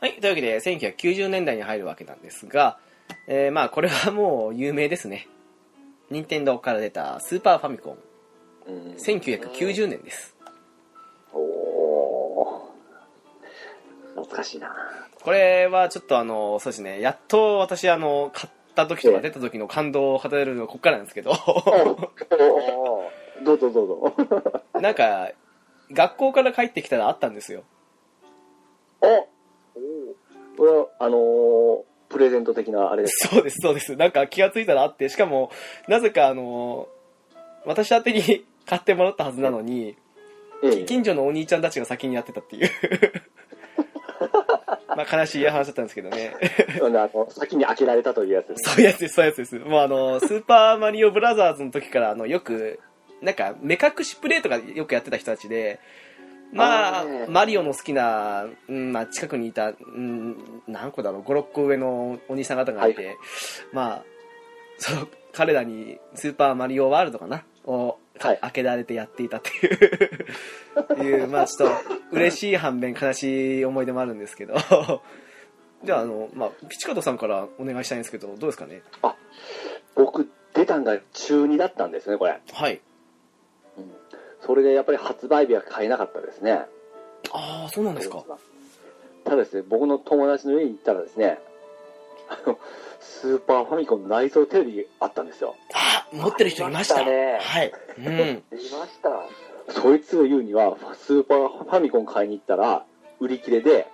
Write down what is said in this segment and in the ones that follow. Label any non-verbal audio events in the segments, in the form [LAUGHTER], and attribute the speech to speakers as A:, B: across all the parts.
A: はい、というわけで、1990年代に入るわけなんですが、えーまあ、これはもう有名ですね。任天堂から出たスーパーファミコン、
B: うん
A: 1990年です。
B: おおー懐かしいな
A: これはちょっとあの、そうですね、やっと私あの、買った時とか出た時の感動を語れるのはこっからなんですけど、
B: どうぞどうぞ
A: なんか、学校から帰ってきたらあったんですよ。
B: おこれはあのープレゼント的なあれ [LAUGHS] です
A: そうです、そうです。なんか気がついたらあって、しかも、なぜかあの、私宛てに買ってもらったはずなのに、
B: ええ
A: 近所のお兄ちゃんたちが先にやってたっていう。 [LAUGHS] まあ悲しい話だったんですけどね。 [LAUGHS]
B: あの先に開けられたというやつです
A: そういうやつです、そういうやつです。もうあの、スーパーマリオブラザーズの時から、あの、よく、なんか、目隠しプレイとかよくやってた人たちで、まあ
B: あー、
A: マリオの好きな、うん、まあ、近くにいた、うん、何個だろう、5、6個上のお兄さん方がいて、まあ、その、彼らに、スーパーマリオワールドかなを、か
B: はい
A: 開けられてやっていたっていう、 [LAUGHS] いう、まあ、ちょっと、嬉しい反面、悲しい思い出もあるんですけど、 [LAUGHS] じゃあ、あの、まあ、ピチカトさんからお願いしたいんですけど、どうですかね
B: 僕出たんが中2だったんですねこれ
A: はい。
B: それでやっぱり発売日は買えなかったですね
A: ああ、そうなんですか。
B: ただですね僕の友達の家に行ったらですねあのスーパーファミコンの内蔵テレビあったんですよ
A: あ持ってる人いました。
B: ありましたね
A: はい。うん。
B: いましたそいつを言うにはスーパーファミコン買いに行ったら売り切れで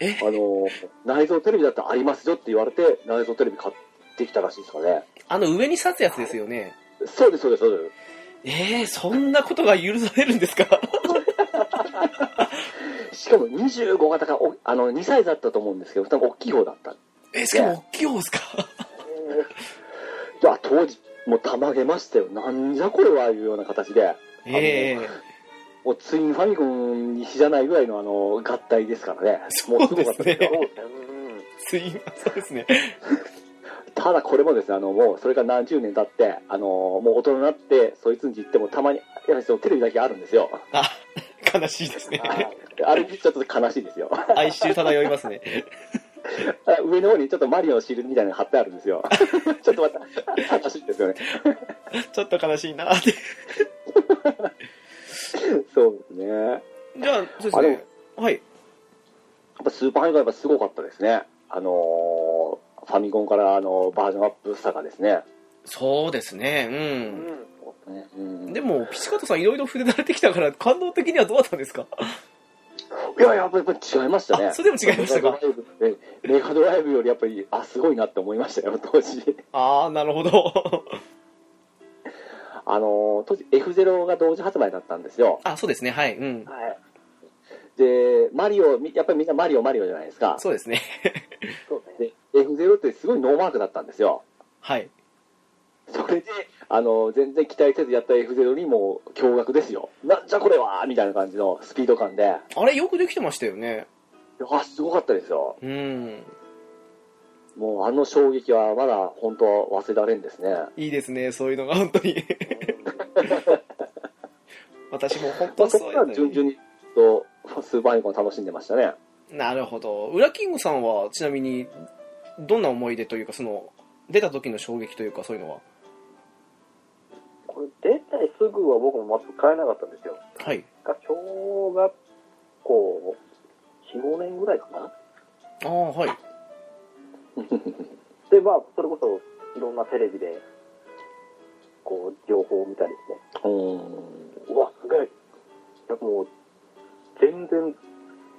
A: え
B: あの内蔵テレビだったらありますよって言われて内蔵テレビ買ってきたらしいですかね
A: あの、上に刺すやつですよね。
B: そうですそうですそうで
A: ええそんなことが許されるんですか
B: すしかも25型がおあの2歳だったと思うんですけど多分大きい方だった
A: [LAUGHS] え、しかも、大きい方ですか
B: いや当時もうたまげましたよなんじゃこれはいうような形で
A: [LAUGHS] ええ
B: もうツインファミコンに比じゃないぐらいのあの合体ですからねも
A: そうですね
B: すごかったですよ
A: すいません、そうですね。
B: ただこれもですねあのもうそれが何十年経ってあのもう大人になってそいつに行ってもたまにやはりそのテレビだけあるんですよ
A: あ、悲しいですね。
B: あれちょっと悲しいですよ [LAUGHS]
A: 哀愁漂いますね。
B: あ上の方にちょっとマリオのシールみたいなの貼ってあるんで
A: [LAUGHS]
B: すよ。ちょっとまた、悲しいですよね。
A: ちょっと悲しいなって。
B: そうですね。やっ
A: じゃあ、そうです
B: あ
A: ね
B: れ。
A: はい。
B: ぱスーパーハイがやっぱすごかったですね。あのーファミコンから、あのーバージョンアップしたがですね。
A: そうですね。
B: うん
A: でも、ピチカトさんいろいろ筆慣れてきたから、感動的にはどうだったんですか
B: いやいや、やっぱり違いましたね。
A: あそれでも違いましたか
B: メガドライブ。えメガドライブよりやっぱり、あ、すごいなって思いましたよ、当時。
A: ああ、なるほど。
B: あのー当時 F0 が同時発売だったんですよ。
A: あ、そうですね。はい。うん。
B: はい。で、マリオ、みやっぱりみんなマリオ、マリオじゃないですか。
A: そうですね。
B: で F0 ってすごいノーマークだったんですよ。
A: はい。
B: それで、あの、全然期待せずやった F0 にもう驚愕ですよ。なんじゃこれはみたいな感じのスピード感で。あ、
A: あれ、よくできてましたよね。
B: すごかったですよ。
A: うん。
B: もうあの衝撃はまだ本当は忘れられんですね。
A: いいですね、そういうのが本当に。私も本当
B: そ
A: そう
B: こ
A: や
B: か
A: ね
B: ら順々にとスーパーニコン楽しんでましたね。
A: なるほど。ウラキングさんは、ちなみに、どんな思い出というか、その、出た時の衝撃というか、そういうのは。
C: これ出てすぐは僕も全く買えなかったんですよ。
A: はい。
C: が小学校4、5年ぐらいかな。
A: ああ、はい。
C: で、まあ、それこそいろんなテレビで、こう、情報を見たりし
B: うん。
C: て、うわ、すごい。なんかもう、全然フ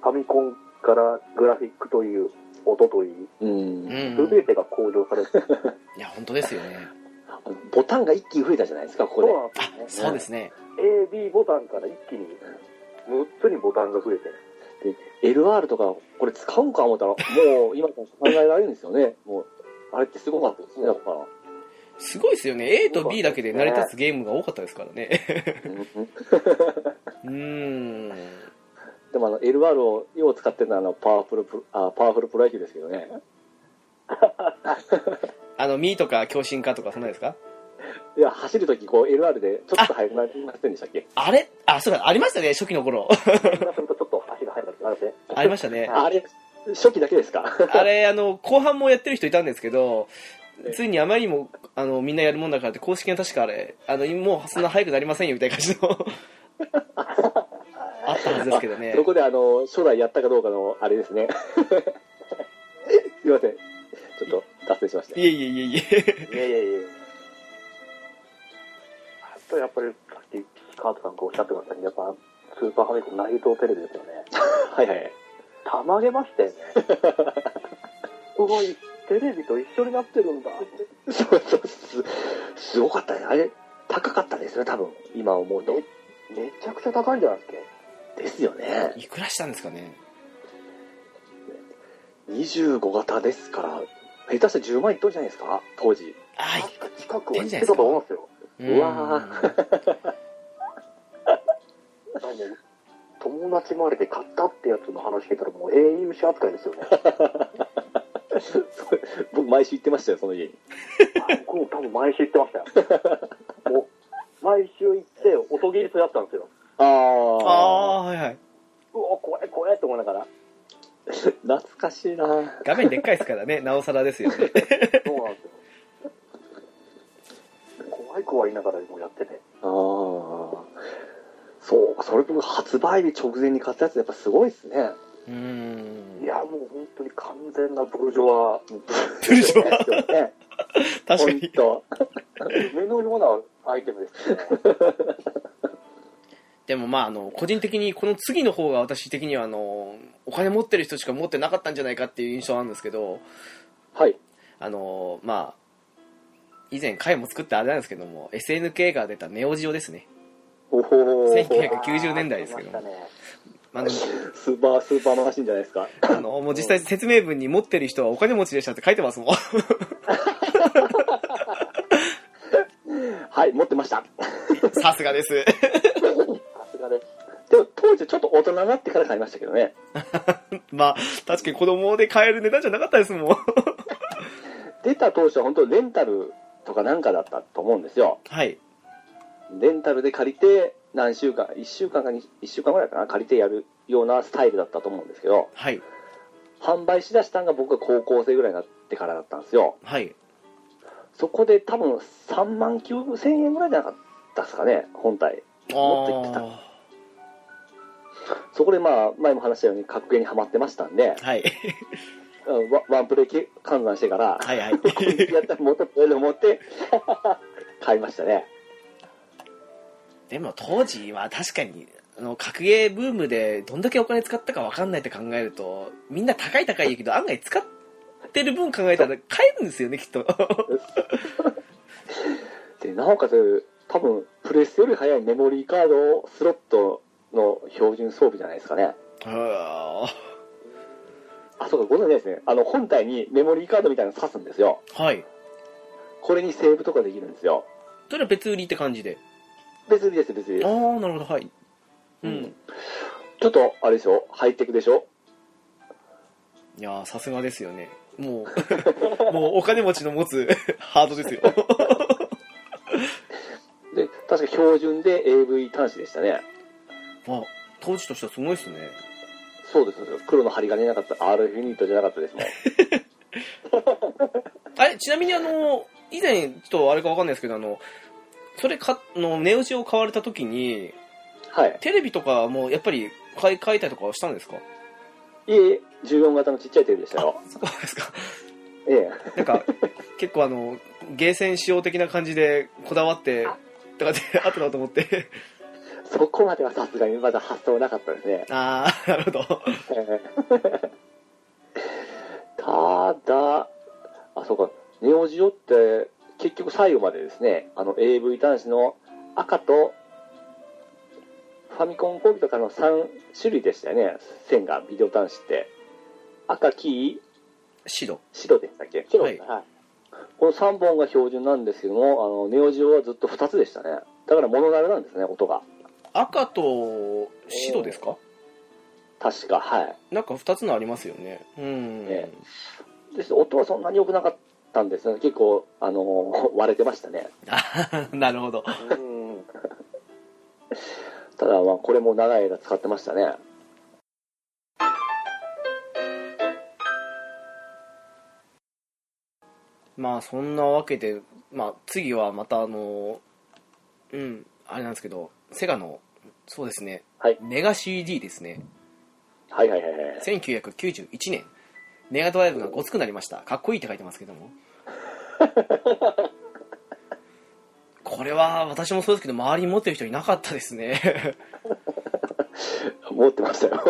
C: ァミコンからグラフィックという音といい、
B: うん
A: う。
C: す
A: ん。
C: べてが向上されてる。
A: いや、本当ですよね。
B: ボタンが一気に増えたじゃないですか、ここ
C: そう
B: で。
C: なんですよ
A: あ、。
C: ね
A: そうですね。
C: A、B ボタンから一気に6つにボタンが増えて、
B: LR とか、これ使うんか思
C: [LAUGHS]
B: ったら、もう今考えられるんですよね。もう、あれってすごかったですね、だから。
A: すごいですよね。A と B だけで成り立つゲームが多かったですからね。うー
B: うん
A: ん。
B: でもあの LR をよう使ってるのはあのパワフルプあパワフルプロ野球ですけどね。
A: あの、ミーとか強心化とか、そんなですか
B: いや、走るとき、こう LR でちょっと速くなりませんでしたっけ
A: あれあ、そうだ、ありましたね、初期の頃。 [LAUGHS]
C: それとちょっと足が速くなって、
A: ありましたね。
B: あれ、初期だけですか
A: あれ、あの、後半もやってる人いたんですけど
B: ええ、
A: ついにあまりにも、あの、みんなやるもんだからって、公式が確かあれ、あの、もうそんな早くなりませんよみたいな感じの、 [LAUGHS] あったはずですけどね
B: そ。こであの初代やったかどうかのあれですねすいませんちょっと達成しました
A: いえいえいえいえ。
C: いやいやいや。あとやっぱり、さっき、カートさんがおっしゃってましたけど、やっぱ、スーパーファミコン内藤テレビですよね。
B: はいはい
C: たまげました [LAUGHS] よね。すごい、テレビと一緒になってるんだ。
B: そうそうすすごかったねあれ高かったですね多分今思うと
C: めちゃくちゃ高いんじゃないですか。
B: ですよね
A: いくらしたんですかね。
B: 25型ですから下手したら10万いっとるじゃないですか当時
A: ああ、
C: 確か近くは行ってたと思うんですよ。
A: ん
B: うわ
C: なんで友達周りで買ったってやつの話聞いたらもう永遠虫扱いですよね。 [LAUGHS]
B: そう僕毎週行ってましたよその家に
C: あ僕も多分毎週行ってま [LAUGHS] したよ。もう、毎週行って、音切りとやったんですよ。
B: あ
A: ああ、はいはい。
C: うわ、怖い怖いって思いながら。
B: 懐かしいな
A: 画面でっかいですからね、なおさらですよね。
C: そうなんですよ。怖い怖い言いながらもうやってて。
B: ああそうかそれとも発売日直前に買ったやつやっぱすごいですね
A: うーん
C: い。や、もう本当に完全なブルジョワ。
A: ブルジョ
B: [LAUGHS]
A: ワ
B: ですよね
A: 確
B: ほ
A: か
B: ん
A: に。
B: と
C: 目のようなアイテムですよね。
A: でもまあ、あの、個人的にこの次の方が私的には、あの、お金持ってる人しか持ってなかったんじゃないかっていう印象なんですけど、
B: はい
A: あの、まあ、以前回も作ったあれなんですけども、SNK が出たネオジオですね。
B: おお
A: 1990年代ですけど
C: ありましたね
A: あの、
B: スーパースーパーマシンじゃないですか
A: あのもう実際説明文に持ってる人はお金持ちでしたって書いてますもん。 [LAUGHS]
B: はい持ってました [LAUGHS]
A: さすが [LAUGHS] です。
C: さすがです。
B: でも当時ちょっと大人になってから買いましたけどね
A: まあ、確かに子供で買える値段じゃなかったですもん。
B: 出た当初は本当レンタルとかなんかだったと思うんですよ
A: はい。
B: レンタルで借りて何週間1週間かに1週間ぐらいかな借りてやるようなスタイルだったと思うんですけど
A: はい。
B: 販売しだしたのが僕が高校生ぐらいになってからだったんですよ
A: はい。
B: そこで多分3万9000円ぐらいじゃなかったですかね本体
A: あ
B: 持ってき
A: ー
B: そこでまあ前も話したように格ゲーにはまってましたんで
A: はい。
B: あのワワンプレイけ換算してから
A: はい [LAUGHS] はい。
B: やったら元プレイで持って [LAUGHS] 買いましたね
A: でも当時は確かに、あの、格ゲーブームでどんだけお金使ったか分かんないって考えると、みんな高い高い言うけど案外使ってる分考えたら買えるんですよね、きっ [LAUGHS] と。
B: でなおかつ多分プレスより早いメモリーカードスロットの標準装備じゃないですかね
A: は
B: あそうかご存知ないですねあの本体にメモリーカードみたいなの挿すんですよ
A: い。
B: これにセーブとかできるんですよ
A: それは別売りって感じで。
B: 別にです別に
A: あ
B: で
A: あ
B: す、
A: ー、なるほど、はい。う
B: うんん。、ちょっとあれでしょハイテクでしょ
A: いやーさすがですよね。もう、 [LAUGHS] もうお金持ちの持つハードですよ。
B: で確か標準で AV 端子でしたね
A: [LAUGHS] まあ、当時としてはすごいですね。
B: そうですそうです黒の針金なかった RF ユニットじゃなかったですもん
A: あれ、ちなみにあの、以前、ちょっとあれかわかんないですけど、あの、それか、あの、ネオジを買われた時に、
B: はい
A: テレビとかもやっぱり買い替えたりとかはしたんですか
B: いえいえ14型のちっちゃいテレビでしたよ
A: そうですか。
B: ええ
A: なんか、 [LAUGHS] 結構あの、ゲーセン仕様的な感じでこだわって、とかで [LAUGHS] あったなと思って。
B: そこまではさすがにまだ発想なかったですね。
A: あー、なるほど。
B: [LAUGHS] ただ、あ、そうか、ネオジオって結局最後までですね、あの AV 端子の赤とファミコンコンピとからの3種類でしたよね、線が、ビデオ端子って。赤、黄、
A: 白。
B: 白でしたっけ
A: はい
B: この3本が標準なんですけども、あのネオジオはずっと2つでしたね。だからモノラルなんですね、音が。
A: 赤と白ですか
B: 確か、はい。
A: なんか2つのありますよね。うん。
B: えです音はそんなに良くなかったんですよね結構、あの [LAUGHS] ー割れてましたね
A: あ [LAUGHS] なるほど。
C: うん。
B: ただまあこれも長い間使ってましたね
A: まあそんなわけで、まあ、次はまたあのうんあれなんですけどセガのそうですね、
B: はい
A: ネガ CD ですね
B: はいはいはいはい。
A: 1991年ネガドライブがごつくなりましたかっこいいって書いてますけど
B: [LAUGHS]
A: もこれは私もそうですけど周りに持ってる人いなかったです
B: [LAUGHS]
A: ね
B: 持ってましたよ。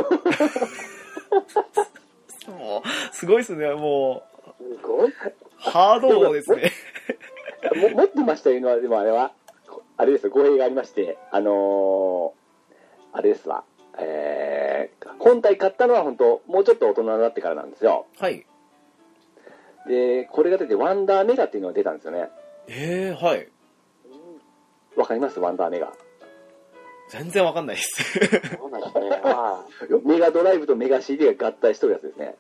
A: もうすごいですねもう
C: すごい。
A: ハード王ですね
B: [LAUGHS] も持ってましたいうのは、でもあれは、こあれですよ、語弊がありまして、あのーあれですわ、えー本体買ったのは本当、もうちょっと大人になってからなんですよ。
A: はい
B: で、これが出て、ワンダーメガっていうのが出たんですよね。
A: えー、はい
B: わかりますワンダーメガ。
A: 全然わかんないです
B: [LAUGHS]
C: そうなんですね。あ
B: メガドライブとメガ CD が合体しとるやつですね。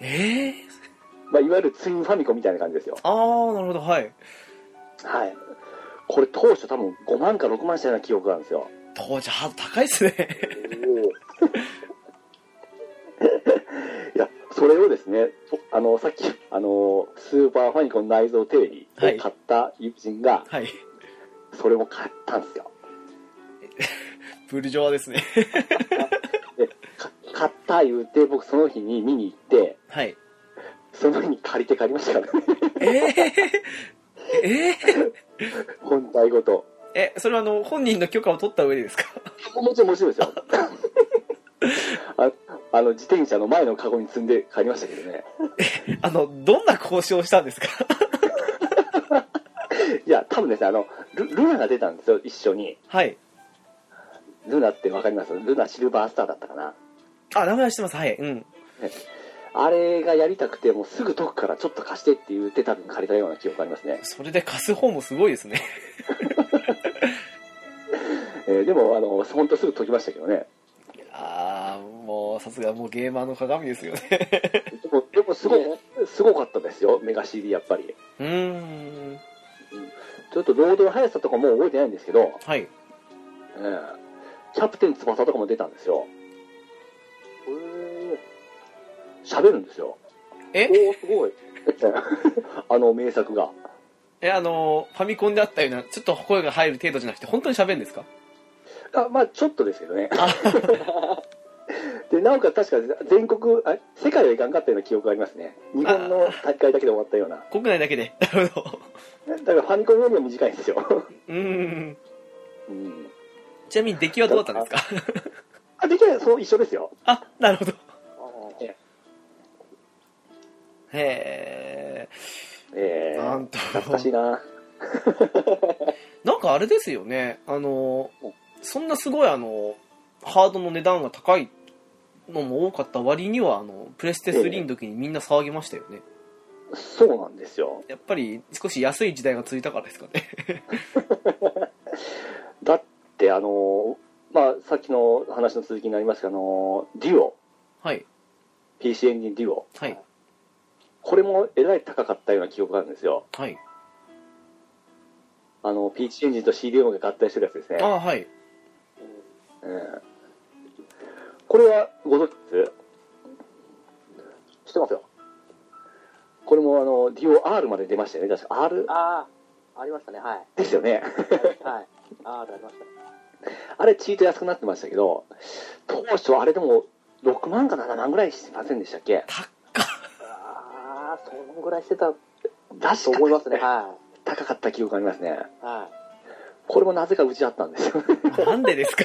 A: えー、
B: まあ、いわゆるツインファミコンみたいな感じですよ。
A: ああなるほどはい
B: はい。これ当初多分5万か6万したような記憶なんですよ。
A: 当時ハード高いですね
C: あ。おー
B: いや、それをですね、そあの、さっき、あの、スーパーファミコン内蔵テレビを買った友人が、
A: はい
B: それも買ったんですよ。
A: ブルジョワですね
B: か買った言うて、僕その日に見に行って、
A: はい
B: その日に借りて帰りましたからね。
A: えー、えー、
B: 本体ごと。
A: えそれはあの本人の許可を取った上でですか
B: もちろんもちろんですよ。ああの、自転車の前のカゴに積んで帰りましたけどね。
A: あの、どんな交渉をしたんですか
B: いや、多分ですね、あの、ルルナが出たんですよ、一緒に。
A: はい。
B: ルナってわかりますルナシルバースターだったかな。
A: あ、名前は知ってます。はい。うん。
B: あれがやりたくて、もうすぐ解くからちょっと貸してって言って多分借りたような記憶がありますね。
A: それで貸す方もすごいですね。
B: えーでも、あの、ほんとすぐ解きましたけどね。
A: ああ、もう、さすがもうゲーマーの鏡ですよね。
B: でも、でもすごい、すごかったですよ、メガ CD やっぱり。
A: うーん。
B: ちょっとロードの速さとかもう覚えてないんですけど、
A: はい。
B: えーキャプテン翼とかも出たんですよ。
C: へ
B: 喋るんですよ。
A: え
C: ー、おーすごい。
B: [LAUGHS] あの名作が。
A: え、あの、ファミコンであったような、ちょっと声が入る程度じゃなくて、本当に喋るんですか
B: あまあ、ちょっとですけ
A: [LAUGHS]
B: どね。
A: あ
B: で、なおかつ確か全国、あ世界はいかんかったような記憶がありますね。日本の大会だけで終わったような。
A: 国内だけで。なるほど。
B: だからファミコンよりも短いんで
A: [LAUGHS]
B: すよ。
A: うーん。
B: うん。
A: ちなみに出来はどうだったんですか
B: あ、できればそう一緒ですよ。
A: あ、なるほど。
C: あー
A: へ
B: え
A: え。
B: え
A: なんと。
B: 懐かしいな。
A: なんかあれですよね、あの、そんなすごいあの、ハードの値段が高いのも多かった割には、あの、プレステ3の時にみんな騒ぎましたよね。
B: そうなんですよ。
A: やっぱり少し安い時代が続いたからですかね。
B: だって、あの、まあ、さっきの話の続きになりますが、あの、デュオ、
A: [LAUGHS] はい、
B: PC エンジンデュオ、
A: はい、
B: これもえらい高かったような記憶があるんですよ。
A: はい。
B: あの、PC エンジンと CDM が合体してるやつですね。
A: ああ、はい。 [LAUGHS]
B: うんこれはご存知です
C: 知ってますよ。
B: これもあの DOR まで出ましたよね確か R
C: ああ、ありましたね。はい。
B: ですよね [LAUGHS]
C: はい。あーありました。
B: あれチート安くなってましたけど当初あれでも6万か7万ぐらいしませんでしたっけ
A: 高っ
C: ああ、そのぐらいしてたと
B: 確か
C: 思いますね。
B: ね
C: [LAUGHS] は
B: 高かった記憶がありますね
C: い。は
B: これもなぜかうちあったんですよ [LAUGHS]
A: なんでですか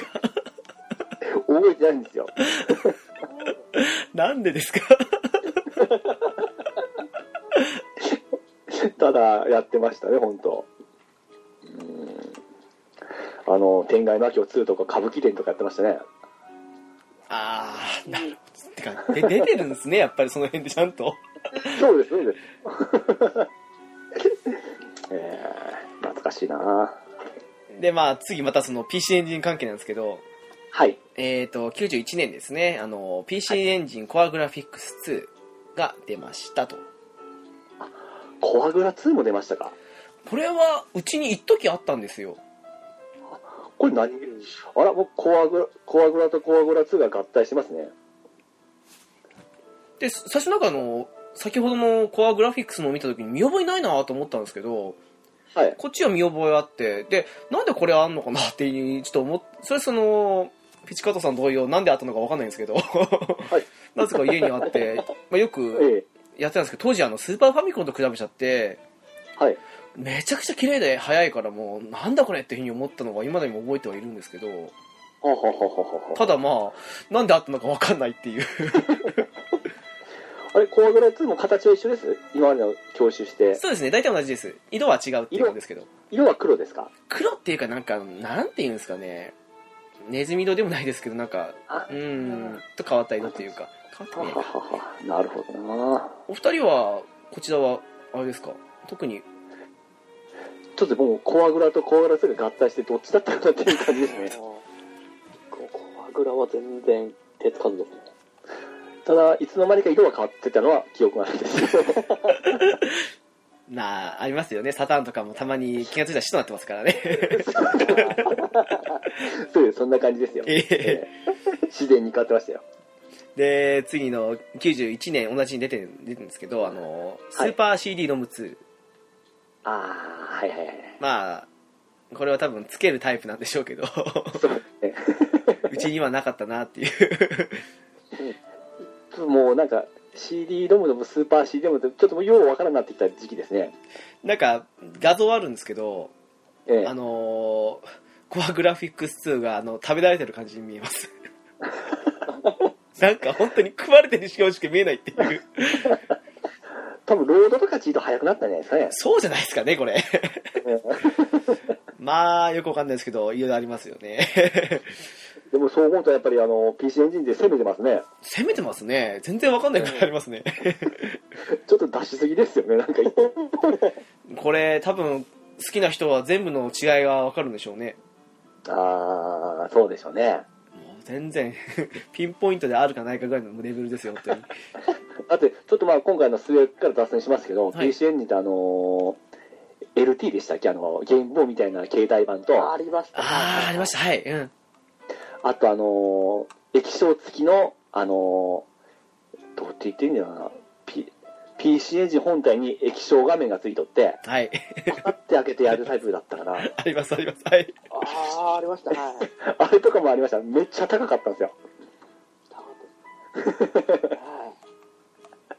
B: 覚えてないんですよ
A: なんでですか
B: ただやってましたね本当うんあの「天外の秋を2」とか歌舞伎伝とかやってましたね
A: ああ、なるほど。てか、で出てるんですね、やっぱりその辺でちゃんと。
B: [LAUGHS] そうです、そうです。えー、懐かしいな
A: で、まあ次またその PC エンジン関係なんですけど、
B: はい。
A: えー、と91年ですねあの PC エンジンコアグラフィックス2が出ましたと
B: コアグラ2も出ましたか
A: これはうちに一時あったんですよ
B: これ何あら、僕、コアグラ、コアグラとコアグラ2が合体してますね。
A: で最初なんかあの先ほどのコアグラフィックスのを見た時に見覚えないなと思ったんですけど、
B: はい。
A: こっちは見覚えあって、で、なんでこれあんのかなっていう、ちょっと思っ、それその、ピチカートさん同様、なんであったのかわかんないんですけど、
B: はい。
A: [LAUGHS] なぜか家にあって、まあ、よく
B: ええ。
A: やってたんですけど、当時あの、スーパーファミコンと比べちゃって、
B: はい。
A: めちゃくちゃ綺麗で早いからもう、なんだこれっていうふうに思ったのが今でも覚えてはいるんですけど、
B: ははははは
A: ただまあ、なんであったのかわかんないっていう。
B: あれ、コアグラ2も形は一緒です今までの教習し
A: [LAUGHS]
B: て。
A: そうですね、大体同じです。色は違うっていうんですけど。
B: 色は黒ですか
A: 黒っていうかなんか、なんていうんですかね。ネズミ色でもないですけど、なんか、
B: あ
A: うーん、と変わった色っていうか。変
B: は
A: わ
B: は
A: ってないか。
B: はは。なるほどな
A: お二人は、こちらは、あれですか特に。
B: ちょっともうコアグラとコアグラ2が合体してどっちだったかっていう感じですね。
C: ここはグラは全然手つかずですね。
B: ただ、いつの間にか色が変わってたのは記憶がないです。
A: なあ、ありますよね。サターンとかもたまに気がついたら死となってますからね。
B: そうです、そんな感じですよ。
A: ええ
B: ええ自然に変わってましたよ。
A: [LAUGHS] で、次の91年同じに出てる出てるんですけど、あの、ス
B: はい
A: ーパー CD ロム2。
B: ああ、はいはいはい。
A: まあ、これは多分つけるタイプなんでしょうけど、 [LAUGHS]
B: そうですね。
A: うちにはなかったなっていう。
B: もうなんか CD ロムでもスーパー CD ロムでもちょっともうようわからなくなってきた時期ですね。
A: なんか、画像あるんですけど、
B: ええ
A: あのーコアグラフィックス2があの食べられてる感じに見えますなんか本当に食われてるようしか見えないっていう
B: 多分ロードとかチート早くなったんじゃないです
A: そうじゃないですかねこれ
B: かね。
A: まあよくわかんないですけどいろいろありますよね
B: でもそう思うとやっぱりあの PC エンジンで攻めてますね。
A: 攻めてますね全然わかんないくらいありますね
B: ちょっと出しすぎですよね、なんか。
A: これ多分好きな人は全部の違いがわかるんでしょうね
B: ああ、そうでしょうね。
A: もう全然 [LAUGHS] ピンポイントであるかないかぐらいのレベルですよ本当に
B: だってちょっとまあ今回のスウェーから脱線しますけど、
A: はい
B: PC エンジンってあのー LT でしたっけあの、ゲームボーイみたいな携帯版と、
C: ありました。
A: [LAUGHS] ああありましたはいうん
B: あとあのー液晶付きの、あのーどうって言っていいんだろうな、P、PC エンジン本体に液晶画面がついとって、
A: はい [LAUGHS]
B: パッて開けてやるタイプだったかな。
A: ありますありますはい
C: ああ、ありました。はい。 [LAUGHS]
B: あれとかもありました。めっちゃ高かったんですよ。
C: は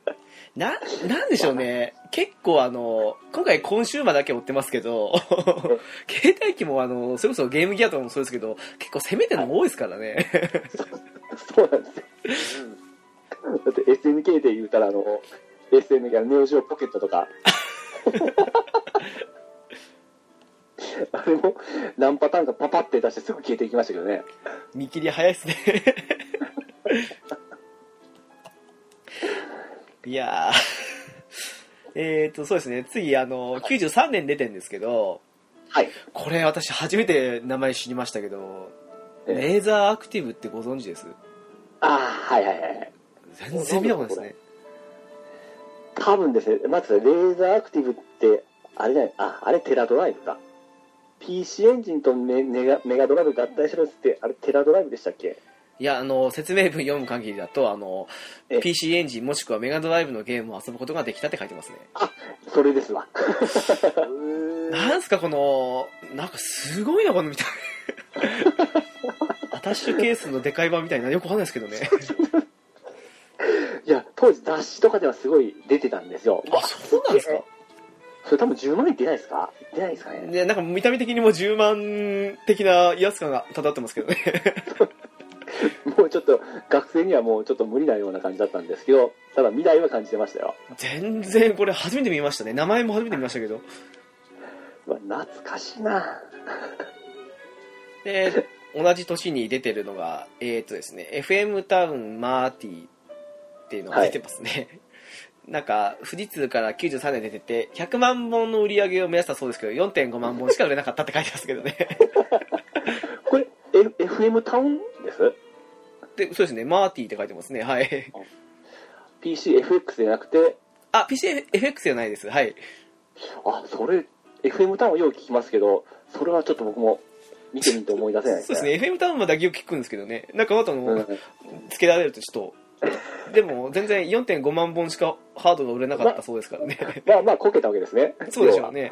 C: い
A: な、なんでしょうね。結構あの、今回コンシューマーだけ追ってますけど、 [LAUGHS] 携帯機もあの、それこそゲームギアとかもそうですけど、結構攻めてるの多いですからね。
B: そうなんですよ。
C: うん
B: だって SNK で言うたら、あの、SNK のネオジオポケットとか。あれも何パターンかパパって出してすぐ消えていきましたけどね。
A: 見切り早いっすね。 [LAUGHS] いやー。 [LAUGHS] えーと、そうですね。次、あの、93年出てるんですけど、
B: はい。
A: これ私初めて名前知りましたけど、
B: ええ
A: レーザーアクティブってご存知です
B: ああ、はいはいはい。
A: 全然見たことないですね。
B: 多分ですね、待ってくださいレーザーアクティブって、あれじゃない、あ、あれテラドライブか。PC エンジンとメメガメガドライブ合体しろっつって、あれテラドライブでしたっけ
A: いや、あの、説明文読む限りだと、あの
B: ええ、
A: PC エンジンもしくはメガドライブのゲームを遊ぶことができたって書いてますね。
B: それですわ。
C: うーん
A: [LAUGHS] なんすか、この、なんかすごいな、このみたいな。アタッシュケースのでかい版みたいな、よくわかんないですけどね。
B: いや、当時雑誌とかではすごい出てたんですよ。
A: あ、そうなんですか
B: それ多分10万円出ないですか出ないですか
A: [LAUGHS]
B: ね。
A: で、なんか見た目的にもう10万的な安さが漂ってますけどね。 [LAUGHS]
B: もうちょっと、学生にはもうちょっと無理なような感じだったんですけど、ただ未来は感じてましたよ。
A: 全然これ初めて見ましたね。名前も初めて見ましたけど。
B: うわ懐かしいな
A: で、同じ年に出てるのが、えー、っとですね、FM タウンマーティっていうのが出てますね。なんか、富士通から93年出てて、100万本の売り上げを目指したそうですけど、4.5万本しか売れなかったって書いてますけど [LAUGHS] ね。
B: これ、F- FM タウンです
A: で、そうですね、マーティって書いてますね。はい。
B: ?PCFX じゃなくて、
A: あ、PCFX じゃないです。はい。
B: あ、それ、FM タウンはよく聞きますけど、それはちょっと僕も見てみて思い出せない
A: そうです。ね、FM タウンまでだけを聞くんですけどね、なんかあなた
B: う
A: の
B: ん、
A: つけられるとちょっと、でも、全然4.5万本しかハードが売れなかったそうですからね。
B: まあまあ、こけたわけですね。
A: そうでしょうね。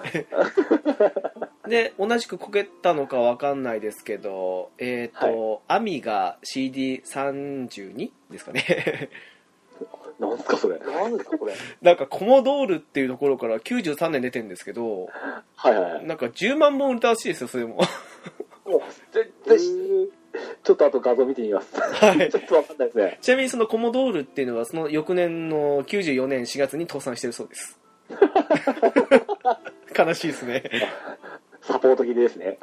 A: で、同じくこけたのかわかんないですけど、えっ、と、アミが CD32 ですかね。 [LAUGHS]
B: 要は。なんすか、それ。
C: なんですか、これ。
A: なんか、コモドールっていうところから93年出てるんですけど、
B: はいはいはい。
A: なんか10万本売れたらしいですよ、それも。 [LAUGHS]
B: もう、全然、ちょっとあと画像見てみます。
A: はい
B: [LAUGHS] ちょっとわかんないですね。
A: ちなみにそのコモドールっていうのは、その翌年の94年4月に倒産してるそう
B: [LAUGHS]
A: です。悲しいですね。
B: サポート切りですね。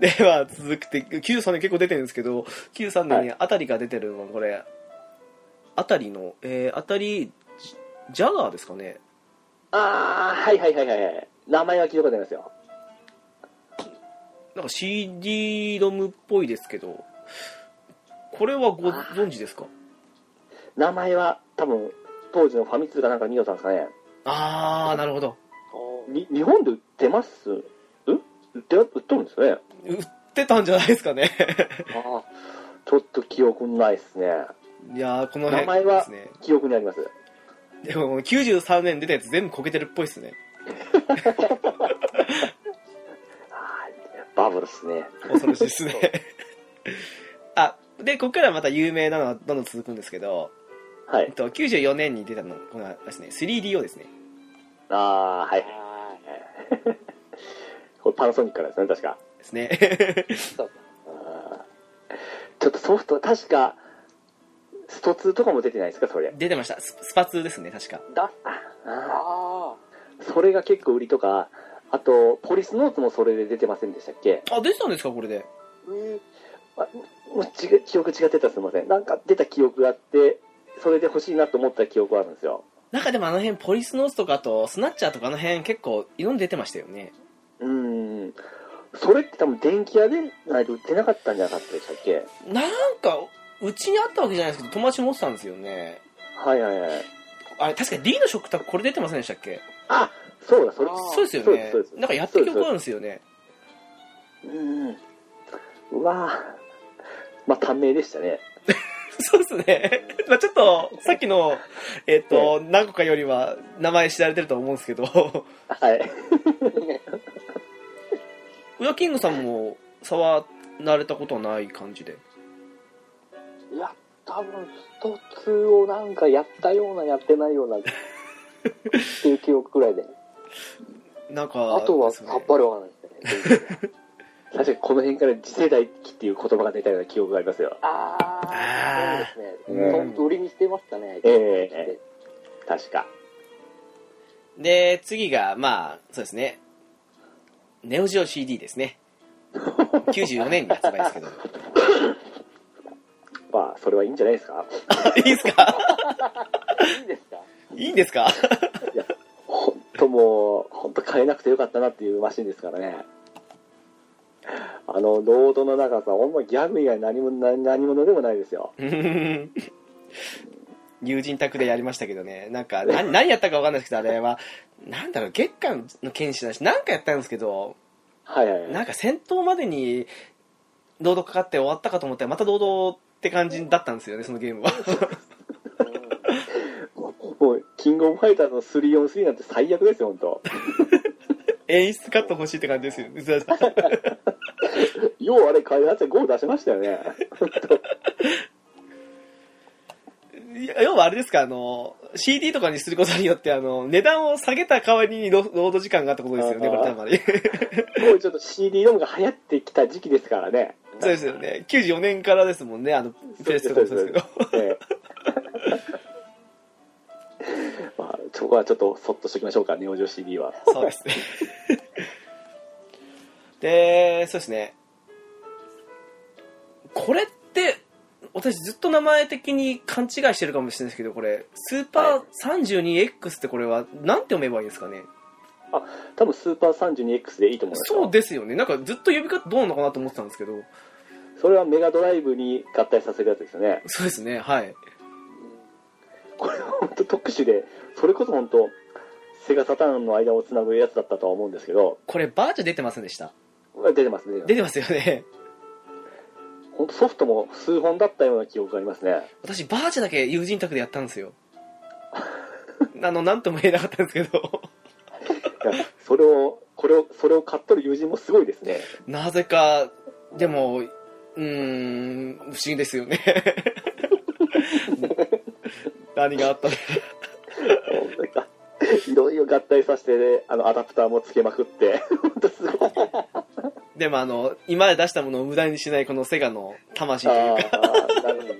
A: では続くて93年結構出てるんですけど93年にあたりが出てるのはこれあたりのえーあたりジジャガーですかね
B: ああ、はいはいはいはい。名前は聞いたことありますよ。
A: なんか CD ロムっぽいですけどこれはご存知ですか
B: 名前は、多分、当時のファミ通かなんか見よったんですかね。
A: ああなるほど
B: に日本で売ってますん売って、売っとるんですね。
A: 売ってたんじゃないですかね [LAUGHS]
B: ああ、ちょっと記憶にないですね。
A: いやーこの
B: 名前
A: 辺で
B: は
A: すね
B: 記憶にあります。
A: でも93年出たやつ全部こけてるっぽいですね
B: バブルっすね。
A: 恐ろしい [LAUGHS] ですねあでここからまた有名なのはどんどん続くんですけど
B: は
A: えっ
B: い。
A: と、94年に出たの、このですね、3DO ですね。
B: ああ、はいはいはいはい。これパナソニックからですね、確か。
A: ですね。
B: あーちょっとソフト、確か、スト2とかも出てないですか、それ。
A: 出てました。ススパツーですね、確か。
C: だ
B: あ
C: あ
B: ーそれが結構売りとか、あと、ポリスノーツもそれで出てませんでしたっけ
A: あ、出てたんですか、これで。
C: ーうん
B: もう違う記憶違ってたらすいません。なんか出た記憶があって、それで欲しいなと思った記憶はあるんですよ。
A: なんかでもあの辺、ポリスノースとかあと、スナッチャーとかあの辺結構、いろんな出てましたよね。
B: うーん。それって多分電気屋でないと売ってなかったんじゃなかったでしたっけ
A: なんか、うちにあったわけじゃないですけど、友達持ってたんですよね。
B: はいはいはい。
A: あれ、確か D の食卓これ出てませんでしたっけ
B: あそうだ、それ。
C: あー
A: そうですよ
B: そうで
A: ね
B: すそうで。す
A: なんかやってる曲あるんですよね。
B: うんうん。うわぁ。まあ、短命でしたね。
A: そうですね。 [LAUGHS] まあちょっと、さっきの、えっ、と、何個かよりは、名前知られてると思うんですけど、
B: はい。
A: ウラキングさんも触られたことはない感じで。
C: いや、多分、スト2をなんかやったような、やってないような、っていう記憶くら [LAUGHS] いで。
A: なんか、
C: あとは
A: です
C: さ
A: ね
C: っぱりわからないですね。 [LAUGHS]
B: 確かにこの辺から次世代機っていう言葉が出たような記憶がありますよ。
C: ああ、そうです
B: う
C: ね。
B: ん
C: 本当売りにしてましたね。
B: ええ確か。
A: で、次が、まあ、そうですね。ネオジオ CD です
C: [LAUGHS]
A: ね。94年に発売ですけど。
B: まあ、それはいいんじゃないですか。
A: いいですか
C: いいですか
A: いいんですか
B: 本当もう、本当変えなくてよかったなっていうマシンですからね。あの、ロードの長さ、ほんまギャグ以外何も、何何者でもないですよ。
A: 友人宅でやりましたけどね。なんか、な何やったかわかんないですけど、あれは、なんだろう、月間の剣士だし、なんかやったんですけど、
B: はいはいはい。
A: なんか戦闘までに、堂々かかって終わったかと思ったら、また堂々って感じだったんですよね、そのゲームは。
B: もう、キングオブファイターズの343なんて最悪ですよ、本当。
A: 演出カット欲しいって感じですよね。
B: ようあれ開発者5出しましたよ
A: [LAUGHS]
B: ね。
A: いや要はあれですか、あの、CD とかにすることによって、あの、値段を下げた代わりにロロード時間があったことですよね、
B: あ
A: こ
B: ー
A: れ、 [LAUGHS] たまに。
B: もうちょっと CD ロムが流行ってきた時期ですからね。
A: そうですよね。94年からですもんね、あの、プレステとかもそうですけど。
B: え [LAUGHS] えまあ、そこはちょっとそっとしておきましょうか、ネオジオ CD は。
A: そうですね。で、そうですね。これって、私ずっと名前的に勘違いしてるかもしれないですけど、これ、スーパー 32X ってこれは、なんて読めばいいんですかね。
B: 多分スーパー 32X でいいと思いますよ
A: そうですよね。なんかずっと呼び方どうなのかなと思ってたんですけど、
B: それはメガドライブに合体させるやつですよね。
A: そうですね、はい。
B: これは本当特殊で、それこそ本当、セガサターンの間をつなぐやつだったとは思うんですけど、
A: これバーチャ出てませんでした
B: 出てますね。
A: 出てますよね
B: 本当ソフトも数本だったような記憶がありますね。
A: [LAUGHS] 私バーチャだけ友人宅でやったんですよ [LAUGHS] あの何とも言えなかったんですけど [LAUGHS]
B: いやそれを、これを、それを買っとる友人もすごいですね。
A: なぜかでもうーん不思議ですよね [LAUGHS] 何があったの
B: なんかいろいろ合体させて、ね、あの、アダプターもつけまくって、本当すごい。
A: でもあの今まで出したものを無駄にしないこのセガの魂
B: あ
A: という
B: あ、なるほど。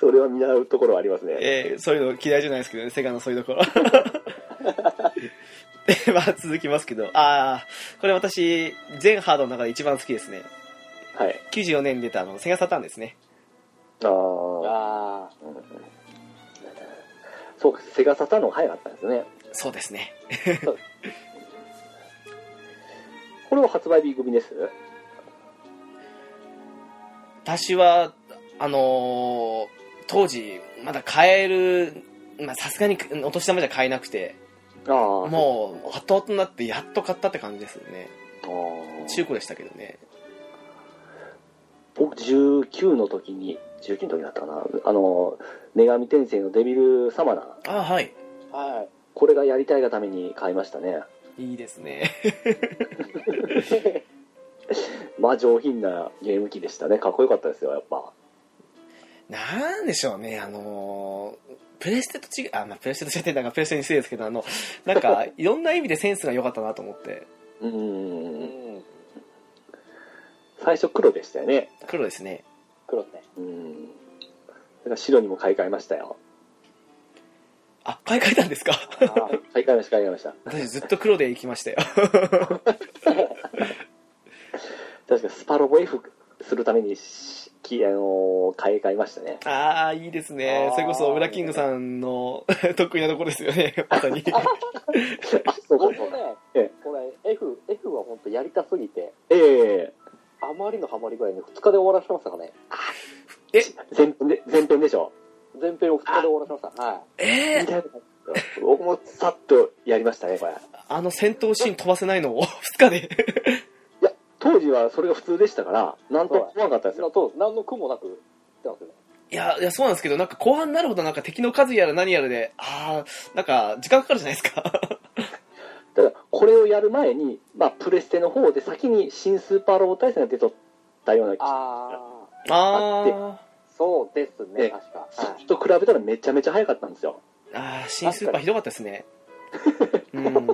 B: それは見習うところはありますね。
A: えーそういうの嫌いじゃないですけどね、セガのそういうとこ [LAUGHS] ろ。で、まあ続きますけど、ああ、これ私、全ハードの中で一番好きですね。
B: はい。
A: 94年に出たあの、セガサターンですね。
B: ああ。
C: ああ。
B: そうか、セガサターンの方が早かったんですね。
A: そうですね。
B: これは発売日組です。
A: 私は、あのー当時、まだ買える、まあさすがにお年玉じゃ買えなくて、
B: ああ。も
A: もう、後々になってやっと買ったって感じですよね。
B: う
A: 中古でしたけどね。
B: 僕19の時に、19の時だったかな。あの、女神転生のデビルサマナー。
A: ああ、はい。
C: はい。
B: これがやりたいがために買いましたね。
A: いいですね。
B: まあ上品なゲーム機でしたね。かっこよかったですよ、やっぱ。
A: なんでしょうね、あのープレステと違う、あ、まあ、プレステと違ってなんかプレステに失礼ですけど、あの、なん [LAUGHS] か、いろんな意味でセンスが良かったなと思って、
B: う。
C: うんん。
B: 最初黒でしたよね。
A: 黒ですね。
C: 黒ね。
B: うん。それが白にも買い替えましたよ。
A: あ、買い替えたんですか
C: ああ。
B: 買い替えました、買い替えました。
A: 私ずっと黒で行きましたよ。
B: 確かスパロボ F するためにし、きあのー買い替えましたね。
A: [LAUGHS] ああ、いいですね
C: あ。ー
A: それこそ、裏キングさんの [LAUGHS] 得意なところですよね、まさに。
B: あ、そう
C: 本
B: か、
C: 当
B: そうか。
C: ね
B: ええ、
C: これ F、F は本当やりたすぎて、
B: ええ
C: あまりのハマり具合に2日で終わらせましたかね。
B: 前編で、前編でしょ。
C: 前編を2日で終わらせました。はい。
A: [LAUGHS] えー、
B: 僕もさっとやりましたね、これ。
A: あの戦闘シーン飛ばせないのを2日で。
B: 当時はそれが普通でしたから、なんとも思わなかったですよ。
C: なと何の苦もなく言ってますね。
A: [LAUGHS] いや、いや、そうなんですけど、なんか後半になるほどなんか敵の数やら何やらで、ああ、なんか時間かかるじゃない [LAUGHS] ですか。
B: ただこれをやる前に、まあ、プレステの方で先に新スーパーロボ対戦が出とったような気が
C: ああ、
A: あ
C: そうです
B: ええ
C: ね、確か。
B: そ
C: はい
B: れと比べたらめちゃめちゃ早かったんですよ
A: ーあー、新スーパーひどかったですね。うん。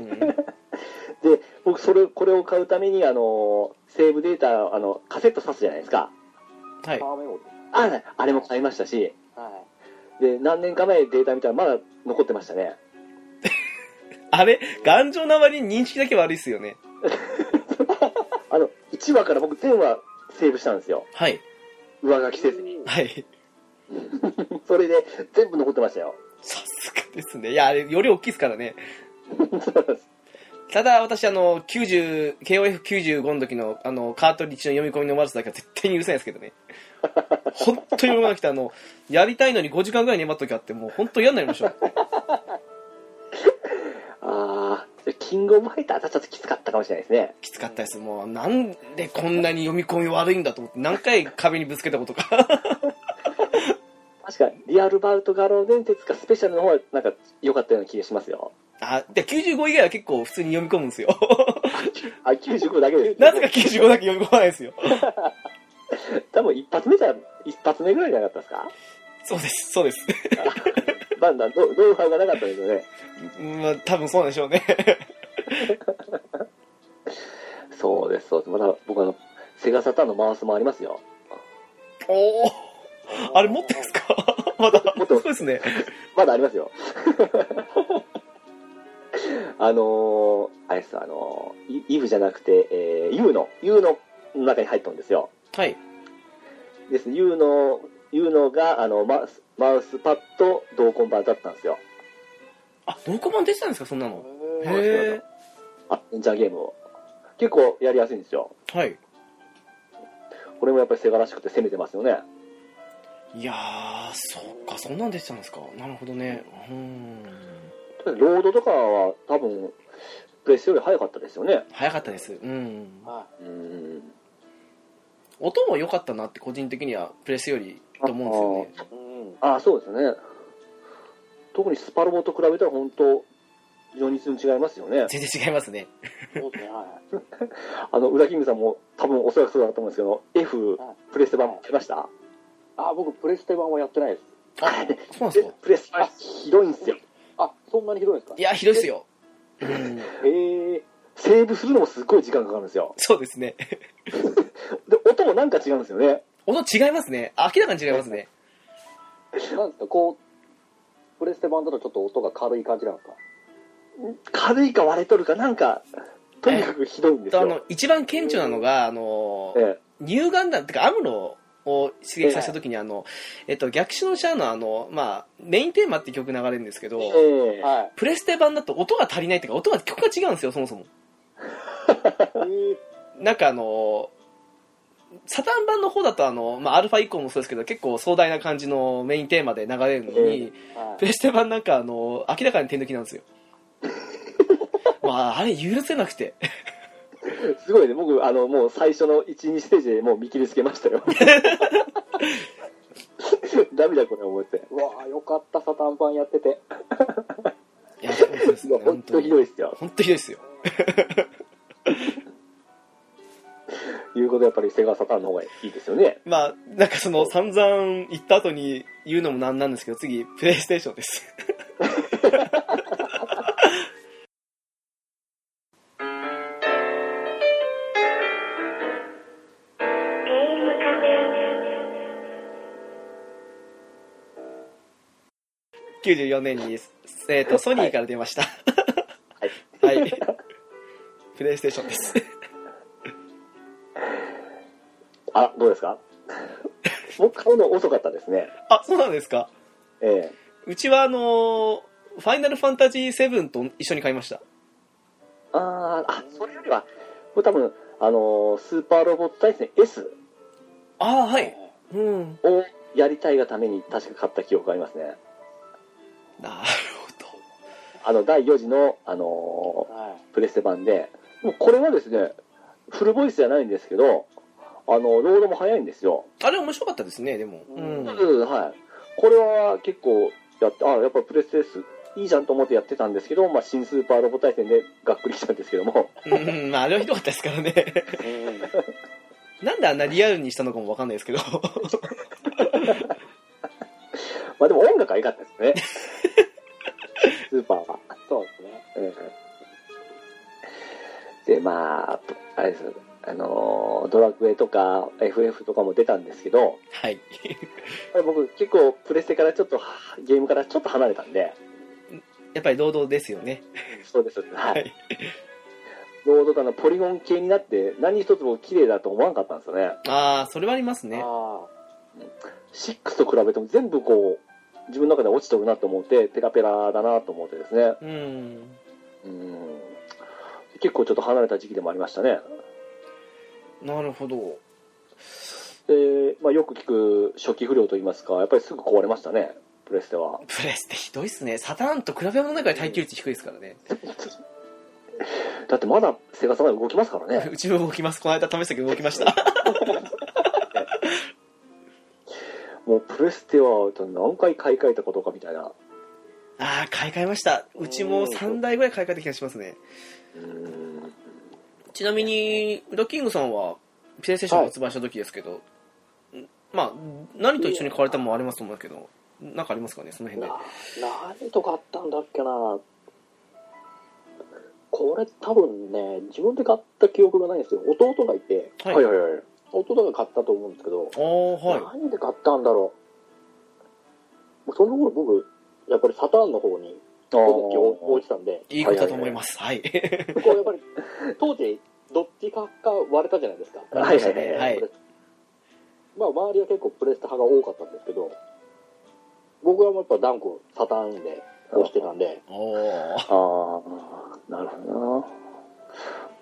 B: で僕それこれを買うためにあのセーブデータあのカセット挿すじゃないですか
A: はい
C: パ。ワーメモリー。
B: ああれも買いましたし
C: はい。
B: で何年か前データ見たらまだ残ってましたね
A: あれ、頑丈な割に認識だけ悪いっすよね。
B: あの1話から僕全話セーブしたんですよ
A: はい。
B: 上書きせずに
C: に。
A: はい。
B: それで全部残ってましたよ [LAUGHS]
A: さすがですね。いや、あれ、より大きいですからね。
B: そうなんです
A: ただ、私、あの、90、KOF95 の時の、あの、カートリッジの読み込みの悪さだけは絶対に許せないですけどね。本当に読まなくて、あの、やりたいのに5時間ぐらい粘っときあって、もう本当嫌になりました。
B: ああキングオブファイターだったらちょっときつかったかもしれないですね
A: きつかったです。もう、なんでこんなに読み込み悪いんだと思って、何回壁にぶつけたことか。
B: 確かリアルバウトガロー伝説かスペシャルの方がなんか良かったような気がしますよ。
A: あ、で、95以外は結構普通に読み込むんですよ。
B: あ、95だけです。
A: なぜか95だけ読み込まないですよ。
B: 多分一発目じゃ、一発目ぐらいじゃなかったで
A: そうです、そうです。
B: すかまあ、なノウノウハウがなかったですよね。
A: まあ、多分そうなんでしょうね。
B: そうです、そうです。まだ僕あの、セガサターンのマウスもありますよ。
A: おお、あれ持ってますか [LAUGHS] まだ。
B: 持って
A: そ
B: ま
A: う
B: す
A: ですね。
B: まだありますよ。 [LAUGHS] あのー、あれです、あのー、イイブじゃなくて、えー、ユーの、ユーの中に入ったんですよ。
A: はい。
B: です、ユーの、ユーのが、あの、マウス、マウスパッド同梱版だったんですよ。
A: あ、ノーコマン出てたんですか、そんなの。
C: へー
A: へ
B: アドベンチャーゲームを。結構やりやすいんですよ。
A: え。はい。
B: これもやっぱりセガらしくて攻めてますよね。
A: いやー、そうか、そんなん出てたんですか。なるほどね。うーん。
B: ロードとかは多分、プレスより早かったですよね。
A: 早かったです。うん。
C: は
B: うん。
A: 音も良かったなって個人的にはプレスよりと思うんですよね
C: うん。
B: ああ、そうですね。特にスパロボと比べたら本当、非常に全然違いますよね。
A: 全然違いますね
C: そうですね、はい。
B: あの、裏キングさんも多分おそらくそうだと思うんですけど、F
C: は、
B: プレステ版買いました
C: あ、僕、プレステ版はやってないです。
A: そうなんです
B: で
A: か
B: プレステ版ひどいんですよ。
C: あ、そんなにひどいですか
A: いやひどいっすよ、うん、 [LAUGHS]
C: ええ
B: セーブするのもすっごい時間かかるんですよ。
A: そうですね
B: で、音もなんか違うんですよね。
A: 音違いますね明らかに違いますね
C: なんですか、こう、プレステ版だとちょっと音が軽い感じなんですか
B: 軽いか割れとるかなんか、とにかくひどいんです
A: とあ
B: よ
A: の。一番顕著なのがあの
B: え
A: 乳がんだってかアムロを刺激させた時にあの、えっと、逆襲のシャアのあの、まあ、メインテーマって曲流れるんですけど、
B: えええ
C: はい。
A: プレステ版だと音が足りないっていうか音が曲が違うんですよそもそも
C: え
A: なんかあのサタン版の方だとあの、まあ、アルファ以降もそうですけど結構壮大な感じのメインテーマで流れるのに、
C: ーは
A: プレステ版なんかあの明らかに手抜きなん
B: [LAUGHS]
A: ですよまああれ許せなくて
B: すごいね、僕、あの、もう最初の1、2ステージでもう見切りつけましたよ。 [LAUGHS] ダメだ、これ、思って。
C: い。うわあよかった、サタン版やってて。
A: いやそうですね
B: 本当ひどいですよ。
A: 本当ひどいですよ
B: いうことはやっぱりセガサターンの方がいいですよね。
A: まあなんかその散々言った後に言うのもなんなんですけど次プレイステーションです94年に、えー、とソニーから出ました
B: はい。
A: はい、プレイステーションです
B: あ、どうですか僕買うの遅かったですね。
A: あそうなんですか
B: ええ
A: うちはあのーファイナルファンタジー7と一緒に買いました。
B: あーあ、それよりは、これ多分、あのースーパーロボット対戦 S
A: ああ、は。うん。
B: をやりたいがために確か買った記憶がありますね。
A: なるほ
B: あの、第4次の、あの
C: は
B: ープレステ版で、もうこれはですね、フルボイスじゃないんですけど、あの、ロードも早いんですよ。
A: ど。あれ面白かったですね、でも。うん。
B: そうそうそうはい。これは結構やって、あやっぱプレステ S いいじゃんと思ってやってたんですけど、まあ、新スーパーロボ対戦でがっくりしたんですけども、 [LAUGHS]
A: うん、まあ、あれはひどかったですからね。 [LAUGHS]
C: い。うん。
A: なんであんなリアルにしたのかもわかんないですけど。 [LAUGHS]
B: まあでも音楽は良かったですね。 [LAUGHS] スーパーは。
C: そうですね。
B: うんで、まあ、あれです。あのードラクエとか FF とかも出たんですけど、
A: はい。
B: 僕結構プレステからちょっと、はゲームからちょっと離れた
A: [LAUGHS]
B: んで、
A: やっぱり労働ですよね。
B: そうです。は
A: はいい。
B: ロードとあのポリゴン系になって何一つも綺麗だと思わなかったんですよね。
A: ああ、それはありますね。
C: あ
B: 6と比べても全部こう自分の中で落ちとるなと思ってペラペラだなと思ってですね
A: うん。
B: うん結構ちょっと離れた時期でもありましたね
A: なるほど。
B: で、まあ、よく聞く初期不良といいますかやっぱりすぐ壊れましたねプレステは
A: プレスってひどいっすね。サターンと比べ物ないくらい耐久率低いですからね。
B: だってまだセガサが動きますか
A: [LAUGHS]
B: らね
A: [LAUGHS] うちも動きます。この間試したけど動きました。
B: もうプレステは何回買い替えたことかみたいな
A: [LAUGHS] ああ、買い替えました。うちも3台ぐらい買い替えた気がしますね。
B: うん
A: ちなみに、ウドキングさんは、プレイステーション発売した時ですけど、んまあ、何と一緒に買われたのもありますと思うけど、なんかありますかね、その
C: あ。
A: 辺で
C: な。、何とかあったんだっけなこれ多分ね、自分で買った記憶がないんですけど、弟がいて、
B: はい
A: は
B: は
A: い。
B: いはいはい
C: 弟が買ったと思うんですけど、
A: ああ、は
C: 何で買ったんだろう。もうその頃僕、やっぱりサターンの方に
B: あ
C: 手の気を置い
B: ー
C: てたんで、
A: い。いいことだと思います。はい。
C: こうやっぱり当時、どっちかか割れたじゃないですか。
B: はいはいはい
A: はい
C: まあ周りは結構プレステ派が多かったんですけど、僕はもうやっぱ断固サターンで押してたんで、
A: おー
B: あーなるほどな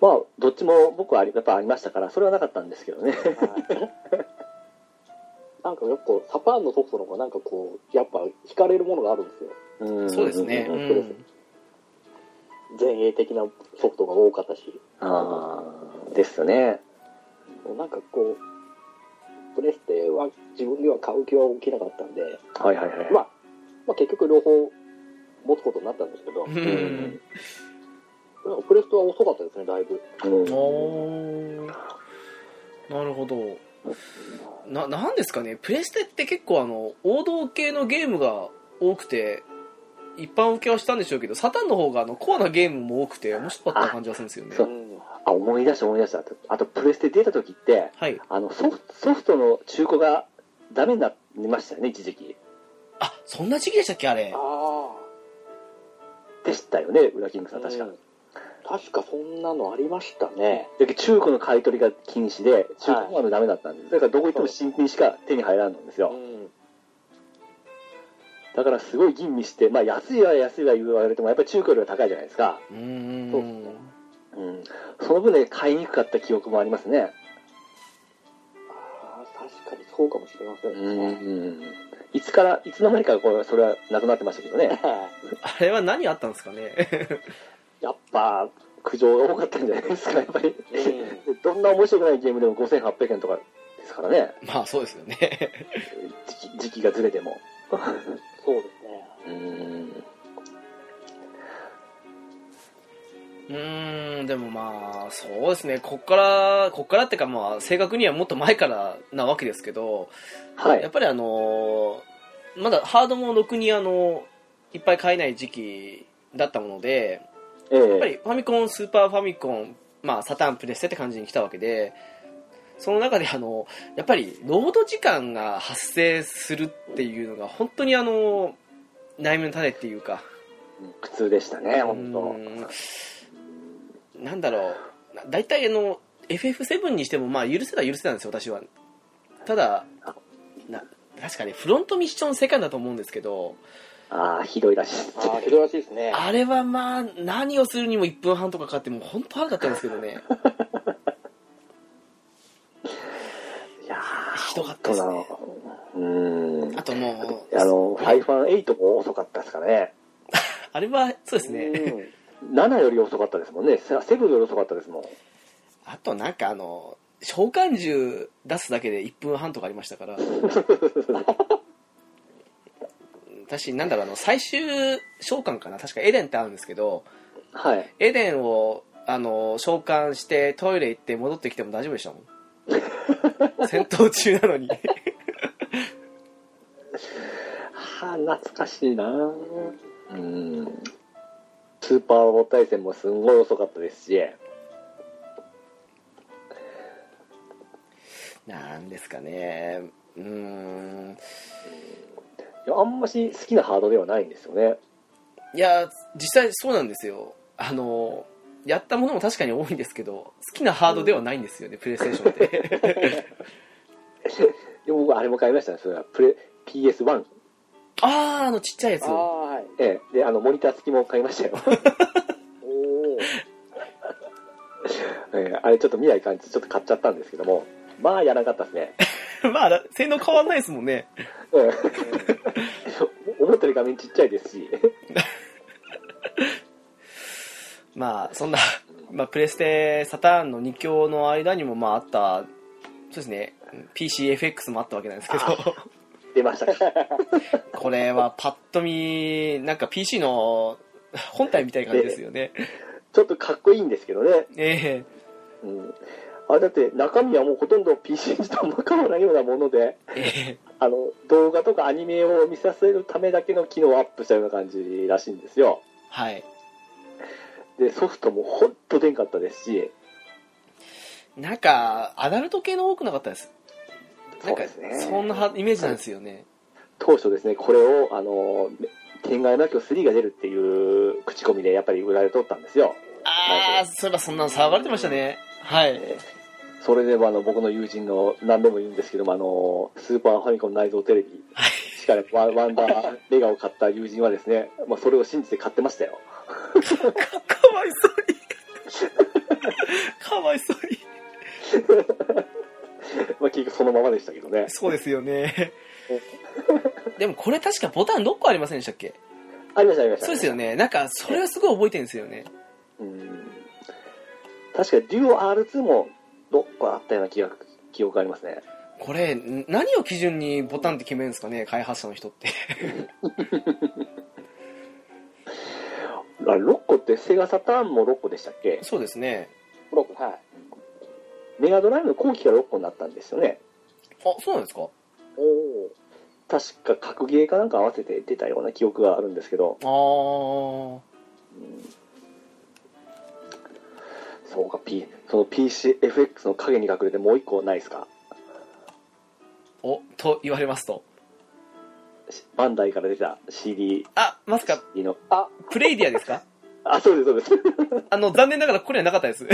B: まあどっちも僕はありやっぱありましたからそれはなかったんですけどね
C: なんかやっぱサターンのソフトの方がなんかこう、やっぱ惹かれるものがあるんです
A: [LAUGHS]
C: よ。
A: そうですね。
B: う
A: うんん。
C: 前衛的なソフトが多かったし。
B: ああ、ですね。
C: なんかこ
D: プレステは自分では買う気は起きなかったんで、
B: はいはいはい。
D: まあ、まあ、結局両方持つことになったんですけど、
A: う
B: うん
A: ん。
D: プレステは遅かったですね、だいぶ。
B: うん
A: おーなるほどななんですかねプレステって結構あの王道系のゲームが多くて一般受けはしたんでしょうけどサタンの方があのコアなゲームも多くて面白かった感じがするんですよね
B: そうあ、思い出した思い出した。あと、プレステ出た時って、
A: はい
B: あの、ソフト、ソフトの中古がダメになりましたよね、一時期。
A: あそんな時期でしたっけあれ
D: ああ、
B: でしたよね、ウラキングさん確か。
D: うん確かそんなのありましたね。
B: で中古の買い取りが禁止で、中古はダメだったんです。だからどこ行っても新品しか手に入らんのですよ。
D: ん。
B: だからすごい吟味して、まあ安いは安いは言われても、やっぱり中古よりは高いじゃないですか。
A: うーん
D: そうですね
B: うん。その分ね、買いにくかった記憶もありますね。
D: ああ、確かにそうかもしれませ
B: うんん
D: ね。
B: うん。いつから、いつの間にかこうそれはなくなってましたけどね。
D: はい
A: あれは何あったんです
D: [LAUGHS]
A: かね
B: [LAUGHS] やっぱ、苦情が多かったんじゃないですか、やっぱり。
D: うん
B: どんな面白くないゲームでも5800円とかですからね。
A: まあそうですよね
B: 時期時期がずれても。
D: そうですね。
B: うん。
A: うーんでもまあそうですねこっからこっからってかまあ正確にはもっと前からなわけですけど
B: は
A: やっ
B: い。
A: ぱりあのーまだハードもろくにあのいっぱい買えない時期だったもので
B: え
A: やっぱ
B: え
A: りファミコンスーパーファミコン、まあ、サターンプレステって感じに来たわけでその中であのやっぱりロード時間が発生するっていうのが本当にあの悩みの種っていうか
B: 苦痛でしたね、本
A: う
B: 当。
A: ーんなんだろうな大体あの FF7 にしてもまあ許せたら許せたんですよ私はただな確かねフロントミッションセカンドだと思うんですけど
B: ああ、ひどいらしいです
D: ああ、ひどいらしいですね。
A: [LAUGHS] あれはまあ何をするにも1分半とかかかってもう本当悪かったんですけどね
B: いやー
A: ひどかったですね
B: 本当だうん。
A: あともう
B: あの、ファイファン8も遅かったですからね。
A: あれはそうですね
D: ね。
B: 7より遅かったですもんね。セセブンより遅かったですもん。
A: あとなんかあの召喚獣出すだけで1分半とかありましたから私なんだろうあの最終召喚かな確かエデンってあるんですけど
B: はい。
A: エデンをあの召喚してトイレ行って戻ってきても大丈夫でしたもん戦闘中なのに
B: はあ、懐かしいなうん。スーパーロボット対戦もすんごい遅かったですし。
A: なんですかねうーん
B: いやあんまし好きなハードではないんですよね。
A: いや実際そうなんですよあのやったものも確かに多いんですけど好きなハードではないんですよね、プレイステーションって [LAUGHS]
B: でも僕、あれも買いましたね。それはプレ PS1。
A: あああのちっちゃいやつ
D: ああ、はい。
B: ええ。で、あの、モニター付きも買いましたよ。 [LAUGHS]
D: おお。
B: ええあれちょっと見ない感じ、ちょっと買っちゃったんですけども。まあ、やらなかったですね。
A: まあ性能変わんないですもんね
B: [LAUGHS] うん思ったより画面ちっちゃいですし。
A: まあそんな、 [LAUGHS] まあ、プレステサターンの2強の間にもまああったそうですね PCFX もあったわけなんですけど
B: 出ましたか。
A: [LAUGHS] これはパッと見なんか PC の本体みたいな感じですよ [LAUGHS] ね
B: ちょっとかっこいいんですけどね。
A: ええ
B: うん。あれだって中身はもうほとんど PC 自体も変わらないようなもので、
A: え
B: あの、動画とかアニメを見させるためだけの機能をアップしたような感じらしいんですよ。
A: えはい
B: で、ソフトもほんと出んかったですし、
A: なんかアダルト系の多くなかったですなんか
B: そうですね
A: そんなはイメージなんですよね
B: 当初ですね、これを、あの、天外なきょ3が出るっていう口コミでやっぱり売られとったんですよ。
A: ああそういえばそんなの騒がれてましたねはい
B: えーそれでもあの僕の友人の何度も言うんですけどもあのスーパーファミコン内蔵テレビ
A: はい
B: しかねワンワンダーレガを買った友人はですね、まあ、それを信じて買ってましたよ [LAUGHS]
A: かわいそうにかわいそうに
B: まあ結局そのままでしたけどね
A: そうですよねでもこれ確かボタン6個ありませんでしたっけ
B: ありましたありました
A: そうですよねなんかそれはすごい覚えてるんですよね
B: うん確かデュオ R2 もどっかあったような気が記憶がありますね
A: これん何を基準にボタンって決めるんですかね開発者の人って
B: あれ6個ってセガサターンも6個でしたっけ
A: そうですね
D: ロック、はい。
B: メガドライブの後期が6個になったんですよね
A: あそうなんですか
D: おお。
B: 確か格ゲーかなんか合わせて出たような記憶があるんですけど
A: ああ
B: そうか、P、その PCFX の影に隠れてもう一個ないですか
A: おと言われますと
B: しバンダイから出た CD
A: あまさか
B: の
D: あ、
A: プレイディアですか
B: あそうですそうです
A: あの残念ながらここにはなかったです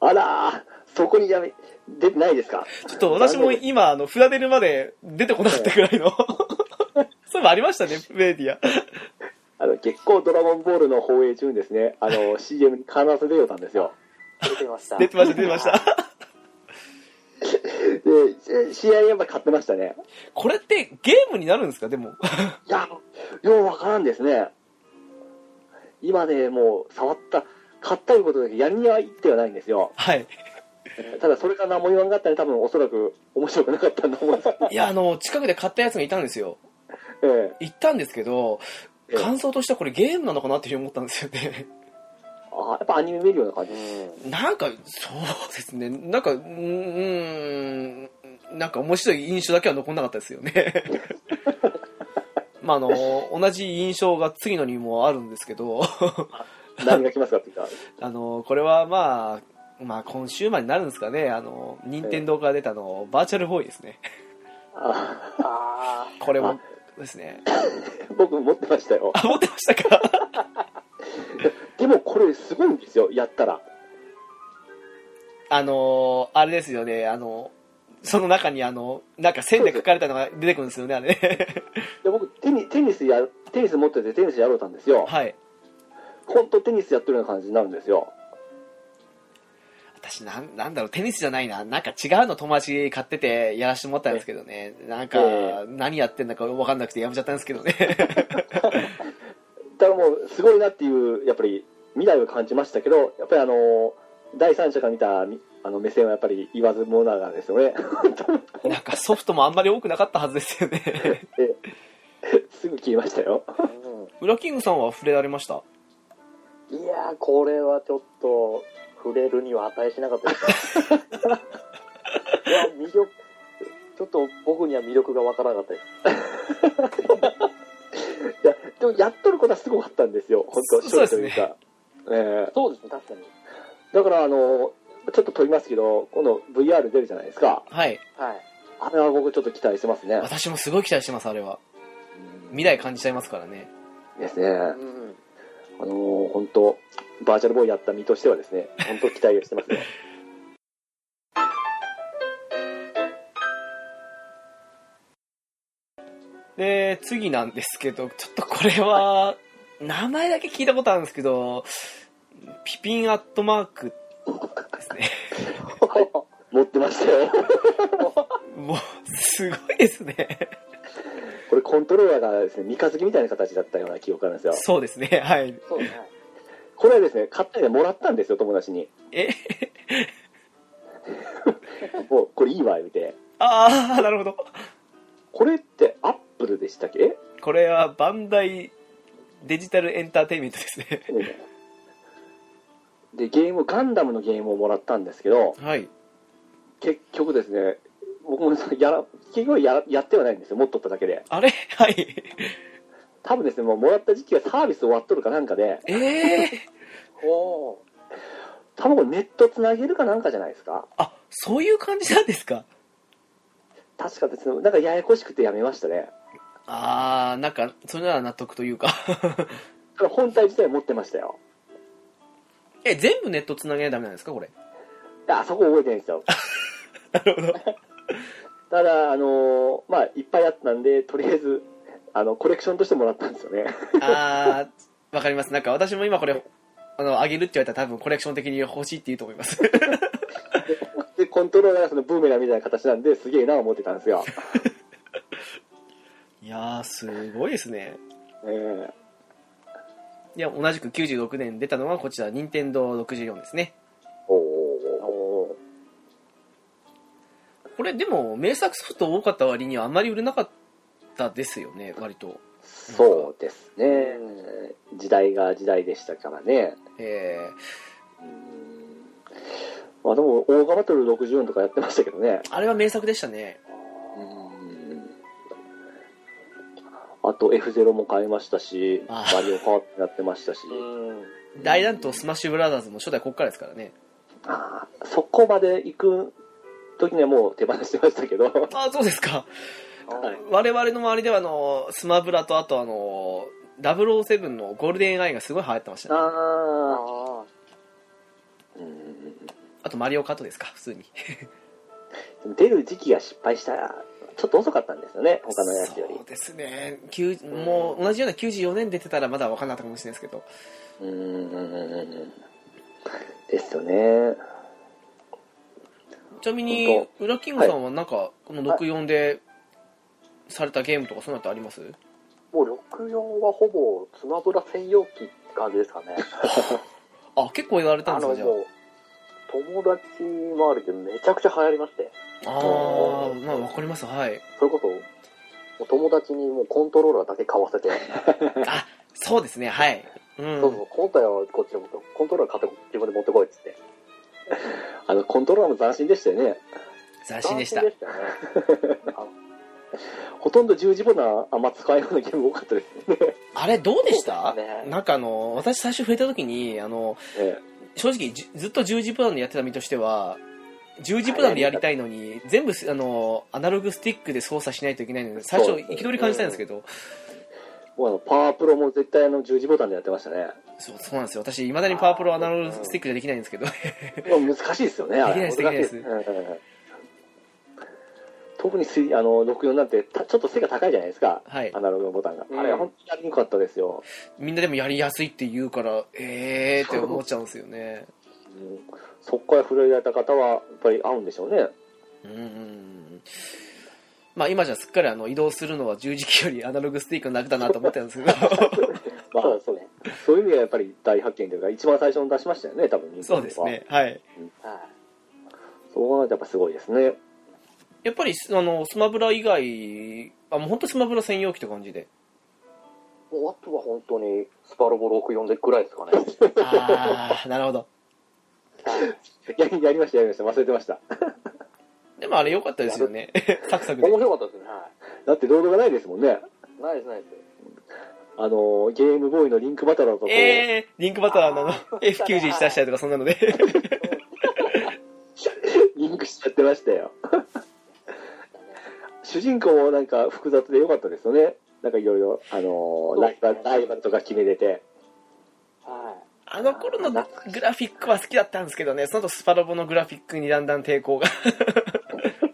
B: あらーそこにやめ出てないですか
A: ちょっと私も今あの札出るまで出てこなかったくらい [LAUGHS] のそういえばありましたねプレイディア
B: あの月光ドラゴンボールの放映中にですねあの CM に必ず出ようたんですよ
D: 出てました。
A: 出てました出てました
B: でえ試合やっぱ買ってましたね
A: これってゲームになるんですかでも
B: いやようわからんですね今ねもう触った買ったいうことだけやりには行ってはないんですよ
A: はい
B: ただそれが何も言わんかったら多分おそらく面白くなかったんだと思いま
A: い
B: す、
A: やあの近くで買ったやつがいたんですよ
B: ええ
A: 行ったんですけど
B: ええ
A: 感想としてはこれゲームなのかなっていうふうに思ったんですよね
B: あやっぱアニメ見るような感じ
D: うん。
A: [LAUGHS] なんかそうですねなんかうーんなんか面白い印象だけは残んなかったですよ [LAUGHS] ねまああの同じ印象が次のにもあるんですけど
B: 何が来ますかっていうか
A: あのこれはまあまあコンシューマーになるんですかねあの任天堂から出たあのバーチャルボーイですね
B: あ
D: [LAUGHS] あ
A: これもですね
B: 僕持ってましたよ
A: あ持ってましたか
B: でもこれすごいんですよやったら
A: あのあれですよねあのその中にあのなんか線で書かれたのが出てくるんですよねあれね
B: で僕テニテニスやテニス持っててテニスやろうたんですよ
A: はい
B: 本当テニスやってるような感じになるんですよ
A: 私なんなんだろうテニスじゃないななんか違うの友達買っててやらしてもらったんですけどねなんか
B: え
A: 何やってんだか分かんなくてやめちゃったんですけどね
B: だからもうすごいなっていうやっぱり未来を感じましたけどやっぱりあの第三者が見たみあの目線はやっぱり言わずもながです
A: [LAUGHS]
B: よね
A: なんかソフトもあんまり多くなかったはずですよ
B: [LAUGHS]
A: ね
B: すぐ消えましたよ
D: あ。うん
A: ウラキングさんは触れられました
D: いやー、これはちょっと、触れるには値しなかったです [LAUGHS] ね。いや、魅力、ちょっと僕には魅力がわからなかったです。
B: いやでもやっとることはすごかったんですよ本当
A: そうそうですね
B: 勝利というかええ
D: そうですね、確かに。
B: だからあのちょっと飛びますけど今度 VR 出るじゃないですか
A: はい
D: はい。
B: あれは僕ちょっと期待してますね
A: 私もすごい期待してますあれは未来感じちゃいますからね
B: ですねあ
D: うん。
B: の本当バーチャルボーイやった身としてはですね本当期待をしてますね
A: で次なんですけどちょっとこれは名前だけ聞いたことあるんですけどピピンアットマークですね
B: 持ってましたよ
A: もうすごいですね
B: これコントローラーがですね三日月みたいな形だったような記憶があるんですよ
A: そうですねはい
D: そうですね。
B: これはですね買ったでもらったんですよ友達に
A: え
B: もうこれいいわ言うて
A: ああなるほど
B: これってアップルでしたっけ
A: これはバンダイデジタルエンターテインメントですね
B: でゲームガンダムのゲームをもらったんですけど
A: はい
B: 結局ですね僕もやら結局はやらやってはないんですよ持っとっただけで
A: あれはい
B: 多分ですねもうもらった時期はサービス終わっとるかなんかで
A: ええ
D: おー。
B: 多分これネットつなげるかなんかじゃないですか
A: あそういう感じなんですか
B: 確かですねなんかややこしくてやめましたね
A: ああなんかそれなら納得というか
B: ただ本体自体持ってましたよ
A: え全部ネットつなげないとダメなんですかこれ
B: であそこ覚えてないんですよ
A: [LAUGHS] なるほど
B: [LAUGHS] ただあのーまあいっぱいあったんでとりあえずあのコレクションとしてもらったんですよね [LAUGHS]
A: あー [LAUGHS] わかりますなんか私も今これあのあげるって言われたら多分コレクション的に欲しいって言うと思います
B: でコントローラーがそのブーメランみたいな形なんですげえな思ってたんです
A: [LAUGHS]
B: よ、
A: いやーすごいですね
B: えー
A: いや同じく96年出たのはこちら任天堂64ですね
B: おー
A: これでも名作ソフト多かった割にはあんまり売れなかったですよね割と
B: そうですね。時代が時代でしたからね。
A: え
B: まあでも、オーガバトル64とかやってましたけどね。
A: ーあれは名作でしたね
B: あと F0 も買いましたし、
A: あ
B: マリオパワーってやってましたし、
D: うん。
A: 大乱闘スマッシュブラザーズも初代こっからですからね
B: あーそこまで行く時にはもう手放してましたけど、は
A: ああそうですか
B: い、
A: 我々の周りではあのスマブラとあとあの007のゴールデンアイがすごい流行ってましたね
D: あ
B: あ
D: あ。
B: ーうん
A: あとマリオカートですか普通に
B: でも出る時期が失敗したら、ちょっと遅かったんですよね、他のやつより
A: そう。ですね90もう同じような94年出てたらまだ分かんなかったかもしれないですけど
B: うーんですよね。
A: ちなみに
B: 本
A: 裏キングさんはなんかこの64でされたゲームとかそんなのってあります
D: もう64はほぼスマブラ専用機って感じですかね。
A: あ結構言われたん
D: あ
A: です
D: の、も
A: か
D: う
A: じゃ、
D: 友達周りでめちゃくちゃ流行りまして、
A: あああまあ分かりますはい
D: それこそ、もう友達にもうコントローラーだけ買わせて、
A: あそうですねはいうん
D: そうそう、本体はこっちで持って、コントローラー買って自分で持ってこいっつって。
B: あの、コントローラーも斬新でしたよね。
A: 斬新でした
D: 斬新でしたね。
B: ほとんど十字ボタンあんま使えないようなゲーム多かったですね。
A: あれどうでした
D: そうですね
A: なんかあの私最初触れた時にあの
B: え
A: 正直じずっと十字ボタンでやってた身としては十字ボタンでやりたいのに全部すあのアナログスティックで操作しないといけないので最
B: そ
A: 初
B: うですね
A: 憤り感じたんですけど
B: えもうあの、パワープロも絶対あの十字ボタンでやってましたね。
D: [LAUGHS]
A: そうそうなんですよ私いまだにパワープロアナログスティックじゃできないんですけど
B: 難しいですよね、あれ。
A: できないですでき
B: 難しいうん特にスイあの64なんてたちょっと背が高いじゃないですか、
A: はい
B: アナログのボタンが、
D: うん
B: あれ本当にやりにくかったですよ、
A: [LAUGHS] みんなでもやりやすいって言うからええーって思っちゃうんですよね
B: うんそこから震えられた方はやっぱり合うんでしょうね
A: うんうんうんまあ今じゃすっかりあの移動するのは十字キーよりアナログスティックの楽だなと思ってたんですけど
B: まあ
D: そうですね。
B: そういう意味ではやっぱり大発見というか一番最初に出しましたよね多分
A: そうですねはい
D: は
B: そう考えるとやっぱすごいですね
A: やっぱりすあのスマブラ以外あもう本当スマブラ専用機って感じで
D: い。もうあとは本当にスパロボ64でぐらいですか [LAUGHS] ね。
A: ああなるほど
B: やりやりましたやりました忘れてました
A: でもあれ良かったですよ [LAUGHS] ねサクサクで
D: 面白かったですね。は
B: だってロードがないですもんね
D: い。ナイスナイス。
B: あのゲームボーイのリンクバトラーとこう
A: ええー、リンクバトラーなの
D: あ
A: F91 出したりとかそんなので
B: リンクしちゃってましたよ [LAUGHS] 主人公もなんか複雑で良かったですよねなんかいろいろあの
D: そう
B: ラ
D: で
B: イ
D: す
B: バ
D: ね
B: ルライバルとか決めれて
D: は
A: あの頃のグラフィックは好きだったんですけどねその後スパロボのグラフィックにだんだん抵 [LAUGHS] 抗がい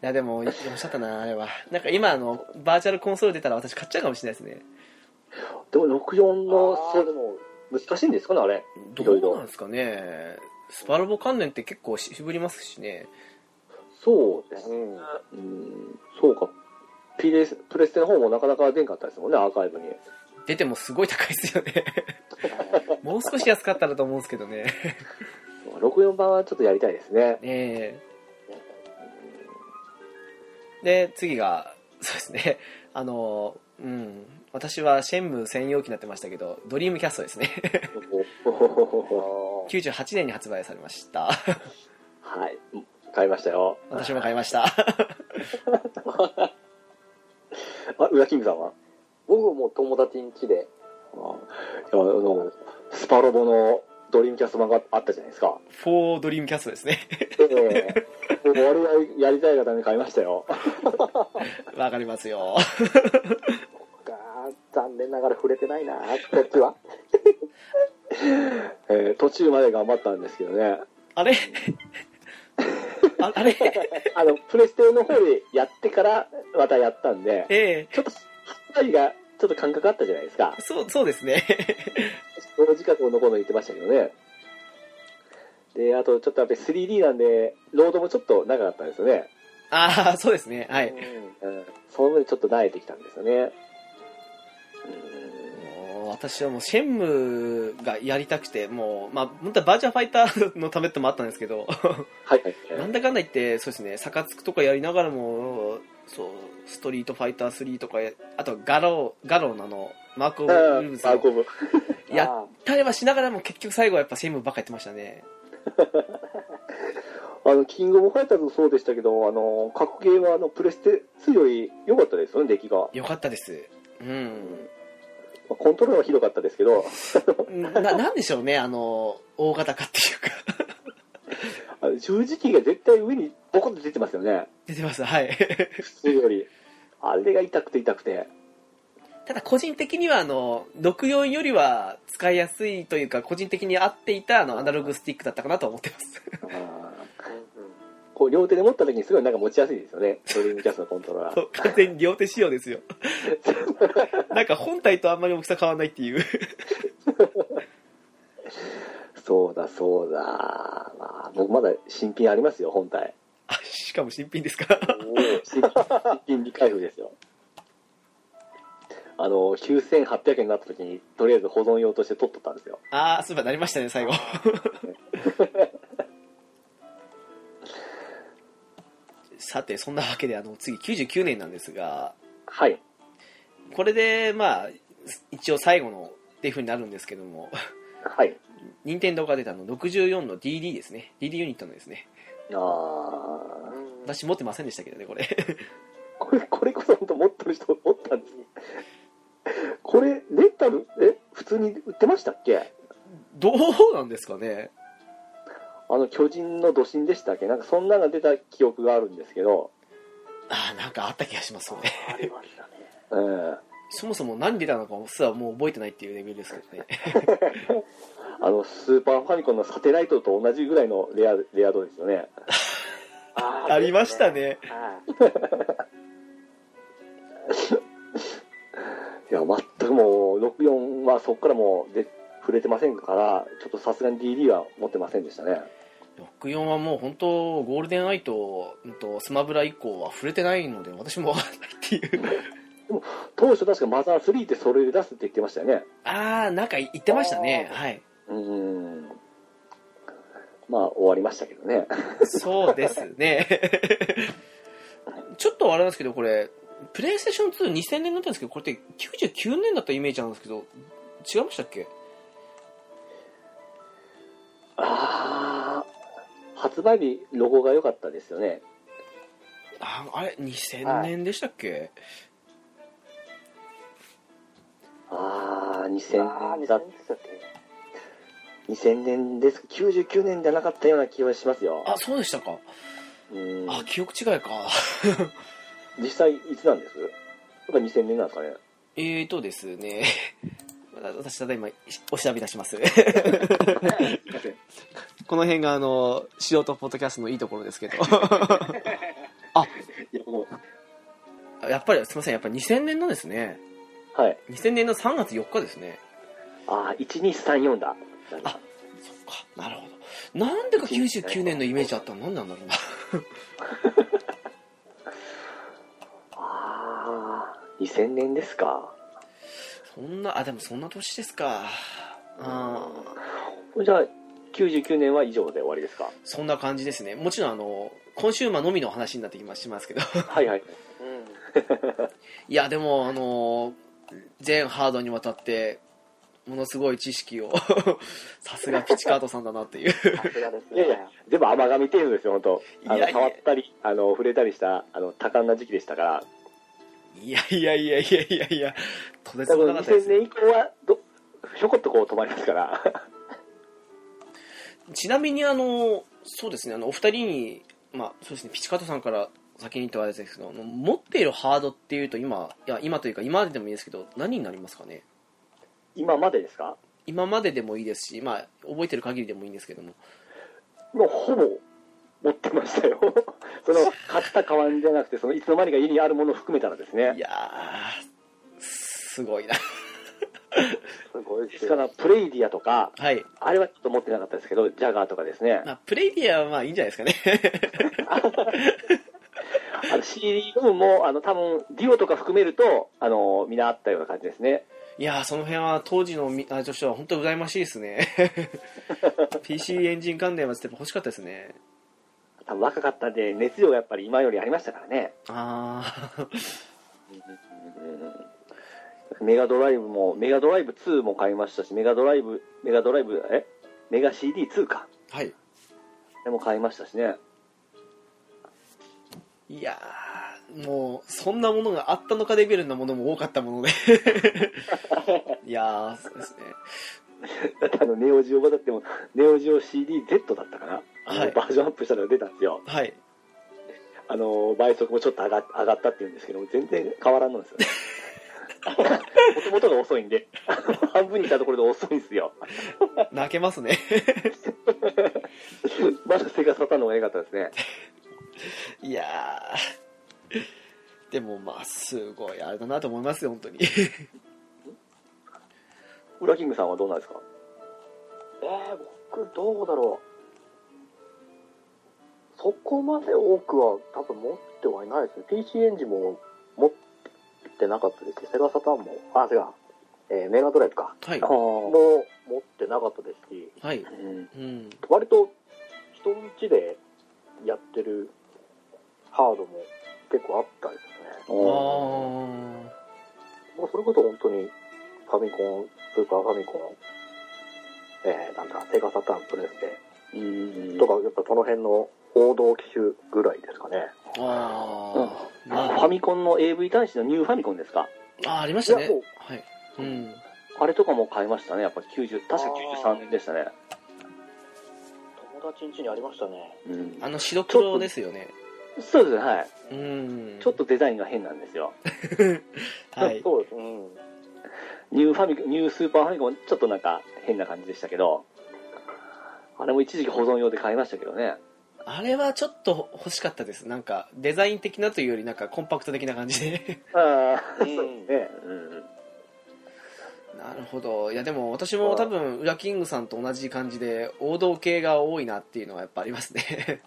A: やでもおっしゃったなあれはなんか今あのバーチャルコンソール出たら私買っちゃうかもしれないですね
B: でも64
D: い。
B: の
D: あ
B: そ
D: ーでも、
B: う難しいんですかねあれいろい
A: どう
B: ろ
A: なんですかねスパロボ関連って結構渋りますしね
B: そうですね
D: うん。
B: うんそうか PS プレステの方もなかなか出んかったですもんねアーカイブに
A: 出てもすごい高いですよねもう少し安かったらと思うんですけどね
B: 64版はちょっとやりたいです
D: [LAUGHS]
B: ね
A: ええで次がそうですねあのうん私はシェンムー専用機になってましたけどドリームキャストですね [LAUGHS]
D: あ
A: 98年に発売されました
B: はい買いましたよ
A: 私も買いました
B: あ裏キングさんは
D: 僕はもう友達ん家で、
B: あいやあのスパロボのドリームキャスト版があったじゃないですか
A: フォードリームキャストですね
B: ええもう我々やりたいがために買いましたよ
A: わかりますよ
D: あー残念ながら触れてないな、こっちは。
B: えー途中まで頑張ったんですけどね。
A: あれああれ
B: あの、プレステの方でやってからまたやったんで、
A: ええ
B: ちょっと、二人がちょっと感覚あったじゃないですか。
A: そうそうですね
B: その時間の頃言ってましたけどね。で、あとちょっとやっぱり 3D なんで、ロードもちょっと長かったんですよね。
A: ああそうですねはい
D: うん
B: うん。その分ちょっと慣れてきたんですよね。うん。
A: もう私はもうシェンムーがやりたくて、もう、まあ、本当はバーチャファイターのためってもあったんですけど、 [LAUGHS]
B: はいはい。
A: なんだかんだ言って、そうですね、サカツクとかやりながらも、そう、ストリートファイター3とかや、あとガロー、ガローのあの、マーク・オブ・
B: あ
A: ルーブズ
B: あ、
A: の
B: ごめん。
A: やったりはしながらも、結局最後はやっぱシェンムーばっかやってましたね。
B: あの、キングオブファイターズもそうでしたけど、あの、格ゲーはあの、プレステ2より良かったですよね、出来が。ま
A: よかったです。うん。
B: あコントロールはひどかったですけど、
A: な、なんでしょうね、あの、大型化っていうか。 [LAUGHS]
B: あの十字キーが絶対上にボコッと出てますよね。
A: 出てます、はい。
B: 普通
A: [LAUGHS]
B: より。あれが痛くて痛くて。
A: ただ個人的にはあの64よりは使いやすいというか個人的に合っていたあのアナログスティックだったかなと思ってます
B: あーこう両手で持った時にすごいなんか持ちやすいですよね。ドリームキャストのコントローラー。
A: そう完全に両手仕様ですよなんか本体とあんまり大きさ変わらないっていう
B: そうだそうだ。まあ、僕まだ新品ありますよ、本体。
A: あしかも新品ですか
B: 新品未開封ですよ。あの、9800円になった時に、とりあえず保存用として取っとったんですよ。
A: ああそういえばなりましたね最後さてそんなわけであの次99年なんですが
B: はい。
A: これでまあ一応最後のっていうふうになるんですけども
B: はい。
A: 任天堂が出たあの64の DD ですね DD ユニットのですね
B: ああ。
A: 私持ってませんでしたけどねこれ [LAUGHS]
B: これ、これこそ本当持ってる人おったんですねこれ、レンタル、え、普通に売ってましたっけ
A: どうなんですかね
B: あの、巨人の土神でしたっけなんかそんなのが出た記憶があるんですけど、
A: ああなんかあった気がしますね
D: ありましたね。
B: うん。
A: そもそも何出たのかすらもう覚えてないっていうレベルですけどね [LAUGHS]
B: あの、スーパーファミコンのサテライトと同じぐらいのレア、レア度ですよね。
D: あ
A: ありました。ね
D: はい
B: いや、全くもう、64はそこからもうで触れてませんから、ちょっとさすがに DD は持ってませんでしたね。
A: 64はもう本当ゴールデンアイとうんとスマブラ以降は触れてないので私もわからないっていう
B: 当初確かマザー3ってそれで出すって言ってましたよね。
A: ああなんか言ってましたねはい
B: うん。まあ、終わりましたけどね。
A: そうですねちょっとあれなんですけどこれプレイステーション22000年だったんですけどこれって99年だったイメージなんですけど違いましたっけ
B: ああ、発売日、ロゴが良かったですよね。
A: ああれ2000
D: はい
A: 年でしたっけ、
B: ああ、
D: あー、
B: 2000
D: 2000
B: 年だ
D: 円、でしたっけ
B: 2000年です。99年じゃなかったような気はしますよ。
A: あそうでしたか、
B: うん
A: あ記憶違いか
B: 実際、いつなんですやっぱ2000年なんですかね。
A: えーとですね私ただ今お調べ出します [LAUGHS] この辺があの素人ポッドキャストのいいところですけ [LAUGHS] ど
B: いや、も
A: やっぱりすいませんやっぱり2000年のですね
B: う、はい。
A: 2000年の3月4日ですね
B: ああ、1234だ。
A: あそっかなるほどなんでか99年のイメージあったの何なんだろうな
B: ああ、2000年ですか。
A: そんなあでもそんな年ですかあー
B: じゃあ、99年は以上で終わりです
A: [LAUGHS]
B: か。
A: そんな感じですねもちろんあのコンシューマーのみの話になってきますしますけど [LAUGHS]
B: はいはい。
D: うん。
A: いやでもあのー全ハードにわたってものすごい知識を [LAUGHS] さすがピチカートさんだなっていう
D: さすがです
B: いや
D: ね
B: いや。、全部甘噛み程度ですよ、本当あ
A: い
B: の
A: やいや
B: 触ったり、あの、触れたりした、あの、多感な時期でしたから。
A: いやいやいやいやいやいやとてつ
B: 多
A: も
B: 分
A: なかったで
B: 2000
A: す
B: 年以降はど、ひょこっとこう止まりますから。 [LAUGHS]
A: ちなみにあのそうですねあのお二人にまあそうですねピチカートさんから先に言ったあれですけどあの持っているハードっていうと今いや今というか今まででもいいですけど何になりますかね
B: 今までですか
A: 今まででもいいですしまあ覚えてる限りでもいいんですけども
B: もうほぼ持ってましたよ。 [LAUGHS] その、買った買わんじゃなくて、その、いつの間にか家にあるものを含めたらです
A: い
B: ね。
A: やーすごいな [LAUGHS]
D: すごいで
B: ですす
D: よ
B: から、プレイディアとか、
A: はい
B: あれはちょっと持ってなかったですけど、ジャガーとかですね。
A: まあ、プレイディアはまあいいんじゃないですかね。 [LAUGHS]
B: あの CD ロムも、あの、多分、デュオとか含めると、あの、みんなあったような感じですね。
A: いやーその辺は当時のみあ女子は本当に羨ましいですね [LAUGHS] PC エンジン関連はちょっと欲しかったですね
B: 多分若かったんで、熱量がやっぱり今よりありましたからね。
A: ああ
B: メガドライブも、メガドライブ2も買いましたし、メガドライブ、メガドライブ、えメガ CD2 か。
A: [LAUGHS] はい
B: でも買いましたしね。 [LAUGHS]
A: いやーもうそんなものがあったのかレベルなものも多かったものでいやーそうですね
B: だってあの、ネオジオ版だっても、ネオジオ CDZ だったかな。あの
A: はい
B: バージョンアップしたのが出たんですよ。
A: はい
B: あの、倍速もちょっと上が上がったっていうんですけども、全然変わらんのですよ [LAUGHS] ね。もともとが遅いんで、 [LAUGHS] 半分にいたところで遅いんですよ。
A: 泣けますね [LAUGHS]
B: まだ生活パターンの方が良かったですね。
A: いやーでもまあすごいあれだなと思いますよ本当に
B: ウラキングさんはどうなんですか
D: えー、僕どうだろうそこまで多くは多分持ってはいないですね PC エンジンも持ってなかったですしセガサターンもあセガ、えーメガドライブか
A: はい
B: あ
D: も持ってなかったですし
A: はい
B: あ。う
A: う
B: ん
A: ん
D: 割と人んちでやってるハードも結構あったですね
A: あ
B: おー
A: ー
D: もうそれこそ本当にファミコンスーパーファミコンえー、なんだセガサターンプレステ
B: うん
D: とか、やっぱその辺の王道機種ぐらいですかね。
A: あー、
B: あ
A: ま
B: ファミコンの AV 端子のニューファミコンですか
A: ああありまし
D: い
A: た
D: や、
A: ね
D: もう、
A: はいうん
B: あれとかも買いましたね。やっぱ90、確か93年でしたね。
D: 友達ん家にありましたね。
B: うん
A: あの白黒ですよね
B: そうですね、はい。
A: うん
B: ちょっとデザインが変なんですよ。
A: はい
D: そうです。うん。
B: ニューファミコン、ニュースーパーファミコン、ちょっとなんか変な感じでしたけど、あれも一時期保存用で買いましたけどね。
A: あれはちょっと欲しかったですなんかデザイン的なというよりなんかコンパクト的な感じで
B: ああ、
D: う
B: そ
D: ん
B: うですね。うん
A: なるほどいやでも私も多分ウラキングさんと同じ感じで王道系が多いなっていうのはやっぱありますね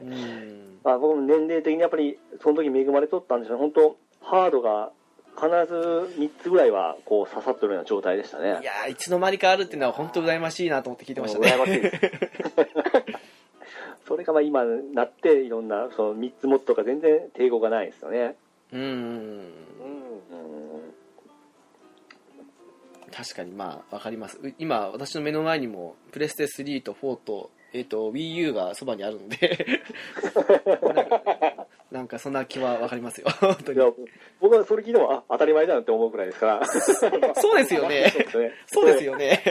A: うん
B: まあ、僕も年齢的にやっぱりその時恵まれとったんでしょうね本当ハードが必ず3つぐらいはこう刺さってるような状態でしたね
A: いやーいつの間にかあるっていうのは本当羨ましいなと思って聞いてましたね
B: 羨ましいです [LAUGHS] それがまあ今になっていろんなその3つ持つとか全然抵抗がないですよね
A: うん
D: うん。
B: うん
A: 確かにまあわかりますう今私の目の前にもプレステ3と4と,、えー、と WiiU がそばにあるので [LAUGHS] なんかそんな気はわかりますよ本当
B: い
A: に
B: や僕はそれ聞いてもあ当たり前だなって思うくらいですからそ
A: そうですよ
B: [LAUGHS]
A: ね
B: うですね
A: そうですよ
B: [LAUGHS]
A: ね。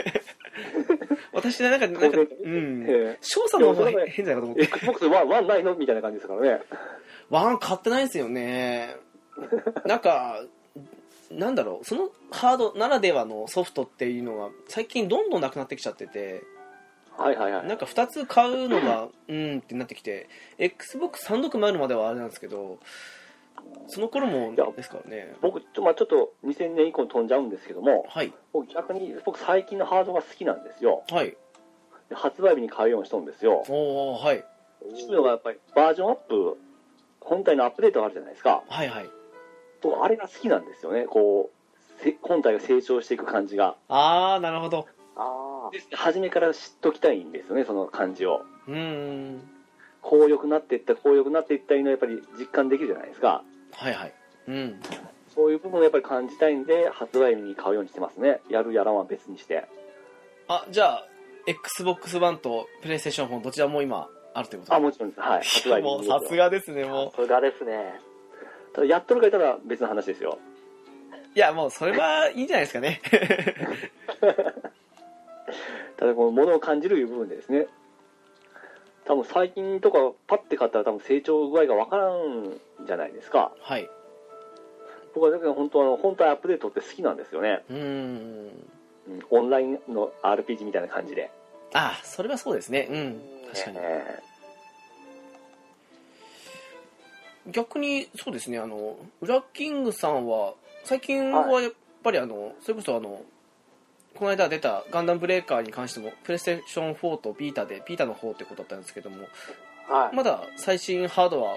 A: 私はなんか、なんか、うん。
B: え
A: 翔さんの方が変じゃないかと思っ
B: え
A: て。
B: Xbox ワンワンないのみたいな感じですからね
A: ワン買ってないんですよね。なんか、なんだろう、そのハードならではのソフトっていうのが最近どんどんなくなってきちゃってて、
B: はいはいはい
A: なんか2つ買うのが、うんってなってきて、Xbox360 まではあれなんですけど、その頃もですからね。
B: 僕ちょ,、まあ、ちょっと2000年以降に飛んじゃうんですけども
A: はい、
B: 僕逆に僕最近のハードが好きなんですよ
A: はい。
B: で発売日に買うようにしたんですよ
A: おー、はい。
B: そういうのがやっぱりバージョンアップ本体のアップデートがあるじゃないですか
A: はいはい。
B: そうあれが好きなんですよねこうせ本体が成長していく感じが
A: あー、なるほど。
D: あ
B: で初めから知っときたいんですよねその感じを
A: うーん。
B: こう良くなっていったこう良くなっていったいうのをやっぱり実感できるじゃないですか
A: はいはい。うん。
B: そういう部分をやっぱり感じたいんで発売日に買うようにしてますねやるやらんは別にして
A: あ、じゃあ、Xbox One と PlayStation 4どちらも今あるということ
B: あもちろんですはい発売日
A: [LAUGHS] もう
B: に
A: さすがですね、
D: あ。
A: も
D: さすがですね。
B: ただやっとるかいたら別の話です
A: う。
B: よ
A: いや、もうそれはいいんじゃないですかね。 [LAUGHS]
B: ただこの物を感じるいう部分でですね多分最近とかパッて買ったら多分成長具合が分からんじゃないですか
A: はい。
B: 僕はだけど本当あの本体アップデートって好きなんですよね、
A: うーん。
B: うん、オンラインの RPG みたいな感じで、
A: あ、それはそうですね。うん。確かに。
B: え
A: 逆に、そうですね、あの、ウラキングさんは、最近はやっぱりあの、それこそあの、この間出たガンダムブレーカーに関しても、プレイステーション4とビータで、ビータの方ってことだったんですけども、
D: はい。
A: まだ最新ハードは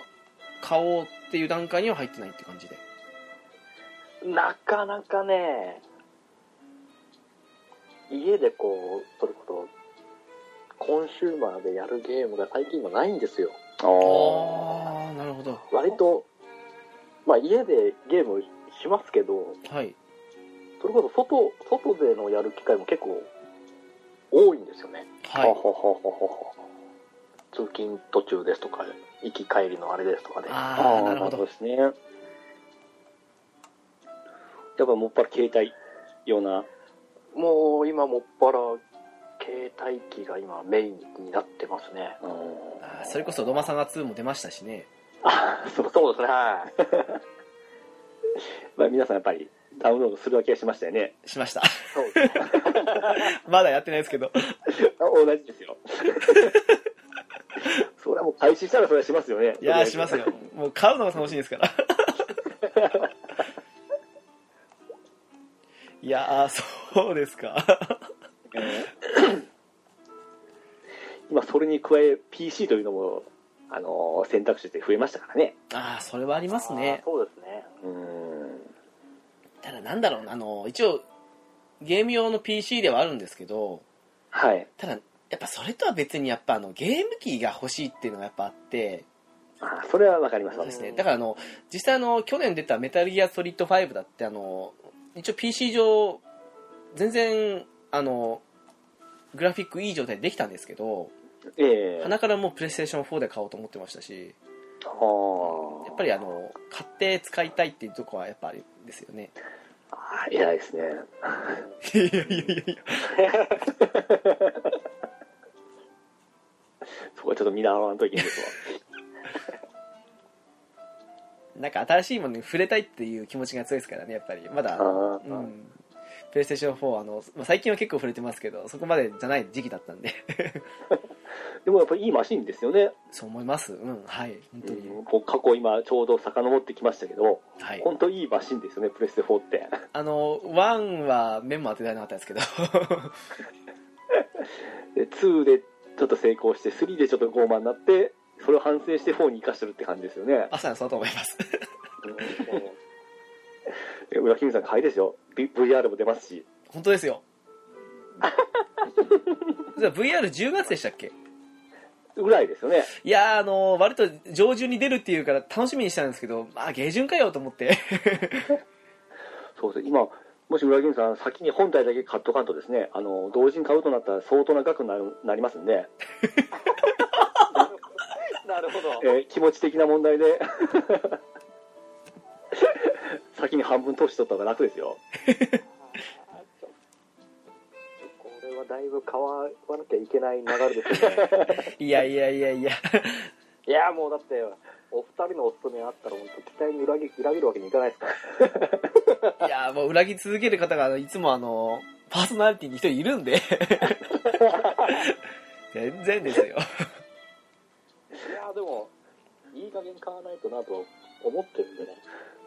A: 買おうっていう段階には入ってないって感じで。
D: なかなかね、
C: 家でこう、それこそ、コンシューマーでやるゲームが最近今ないんですよ。
B: あー
A: ああなるほど
C: 割と、まあ家でゲームしますけど、
A: はい
C: それこそ外、外でのやる機会も結構多いんですよね。
A: はい
B: ほほほほほ
C: 通勤途中ですとか、行き帰りのあれですとかで。
A: ああなるほど
B: ですねやっぱもっぱら携帯ような
C: もう今もっぱら、携帯機が今メインになってますね。
A: あーそれこそ「ドマサガ2」も出ましたしね
B: [LAUGHS]
C: あそうそうですね。はい
B: まあ、皆さんやっぱりダウンロードするわけはしましたよね
A: しました
C: そうですね。
A: [LAUGHS] まだやってないですけど
B: 同じですよ [LAUGHS] それはもう開始したらそれはしますよね
A: いやーしますよもう買うのが楽しいですからいやーそうですか
B: 今それに加え PC というのも、あのー選択肢として増えましたからね
A: ああそれはありますね
C: あそうですね。
B: うん
A: ただなんだろうなあの一応ゲーム用の PC ではあるんですけど
B: はい
A: ただやっぱそれとは別にやっぱあのゲーム機が欲しいっていうのがやっぱあって
B: あそれはわかります
A: そう
B: わ
A: です
C: う
A: ね
C: ん
A: だからあの実際あの去年出た「メタルギアソリッド5」だってあの一応 PC 上全然あのグラフィックいい状態でできたんですけど
B: ええ
A: 鼻からもうプレイステーション4で買おうと思ってましたしやっぱりあの買って使いたいっていうとこはやっぱあれですよね
B: あー偉いですね
A: いやいやいやいや
B: そこはちょっと見習わんといけないですわ
A: なんか新しいものに触れたいっていう気持ちが強いですからねやっぱりまだ
B: あ
A: う
B: ー
A: んプレイステーション4あの、まあ、最近は結構触れてますけどそこまでじゃない時期だったんで [LAUGHS]
B: でもやっぱりいいマシンですよね、
A: そう思いますうんはい本当に、
B: こう過去今ちょうど遡ってきましたけど
A: はい
B: 本当いいマシンですよねプレステ4って [LAUGHS]
A: あの1は目も当てられなかったですけど [LAUGHS]
B: で2でちょっと成功して3でちょっと傲慢になってそれを反省して4に生かしてるって感じですよね
A: 朝のそうだと思います
B: え裏君さんが「はいですよ V- VR も出ますし
A: 本当ですよじゃあ VR10 月でしたっけ
B: ぐらいですよね
A: いやーあの割と上旬に出るっていうから楽しみにしたんですけどまあ下旬かよと思って [LAUGHS]
B: そうです今もし裏君さん先に本体だけ買っとかんとですねあの同時に買うとなったら相当な額になるなりますんで、
C: なるほど。
B: えー気持ち的な問題で [LAUGHS] 先に半分投資取った方が楽ですよ
C: これはだいぶ変わらなきゃいけない流れですよね。
A: いやいやいやいや
C: [LAUGHS] いや、もうだって、お二人のおすすめあったら、本当期待に裏切裏切るわけにいかないですから。
A: いやーもう裏切り続ける方があのいつもあのパーソナリティに一人いるんで全然ですよ
C: いや、でも、いい加減買わないとなとは思ってるんでね。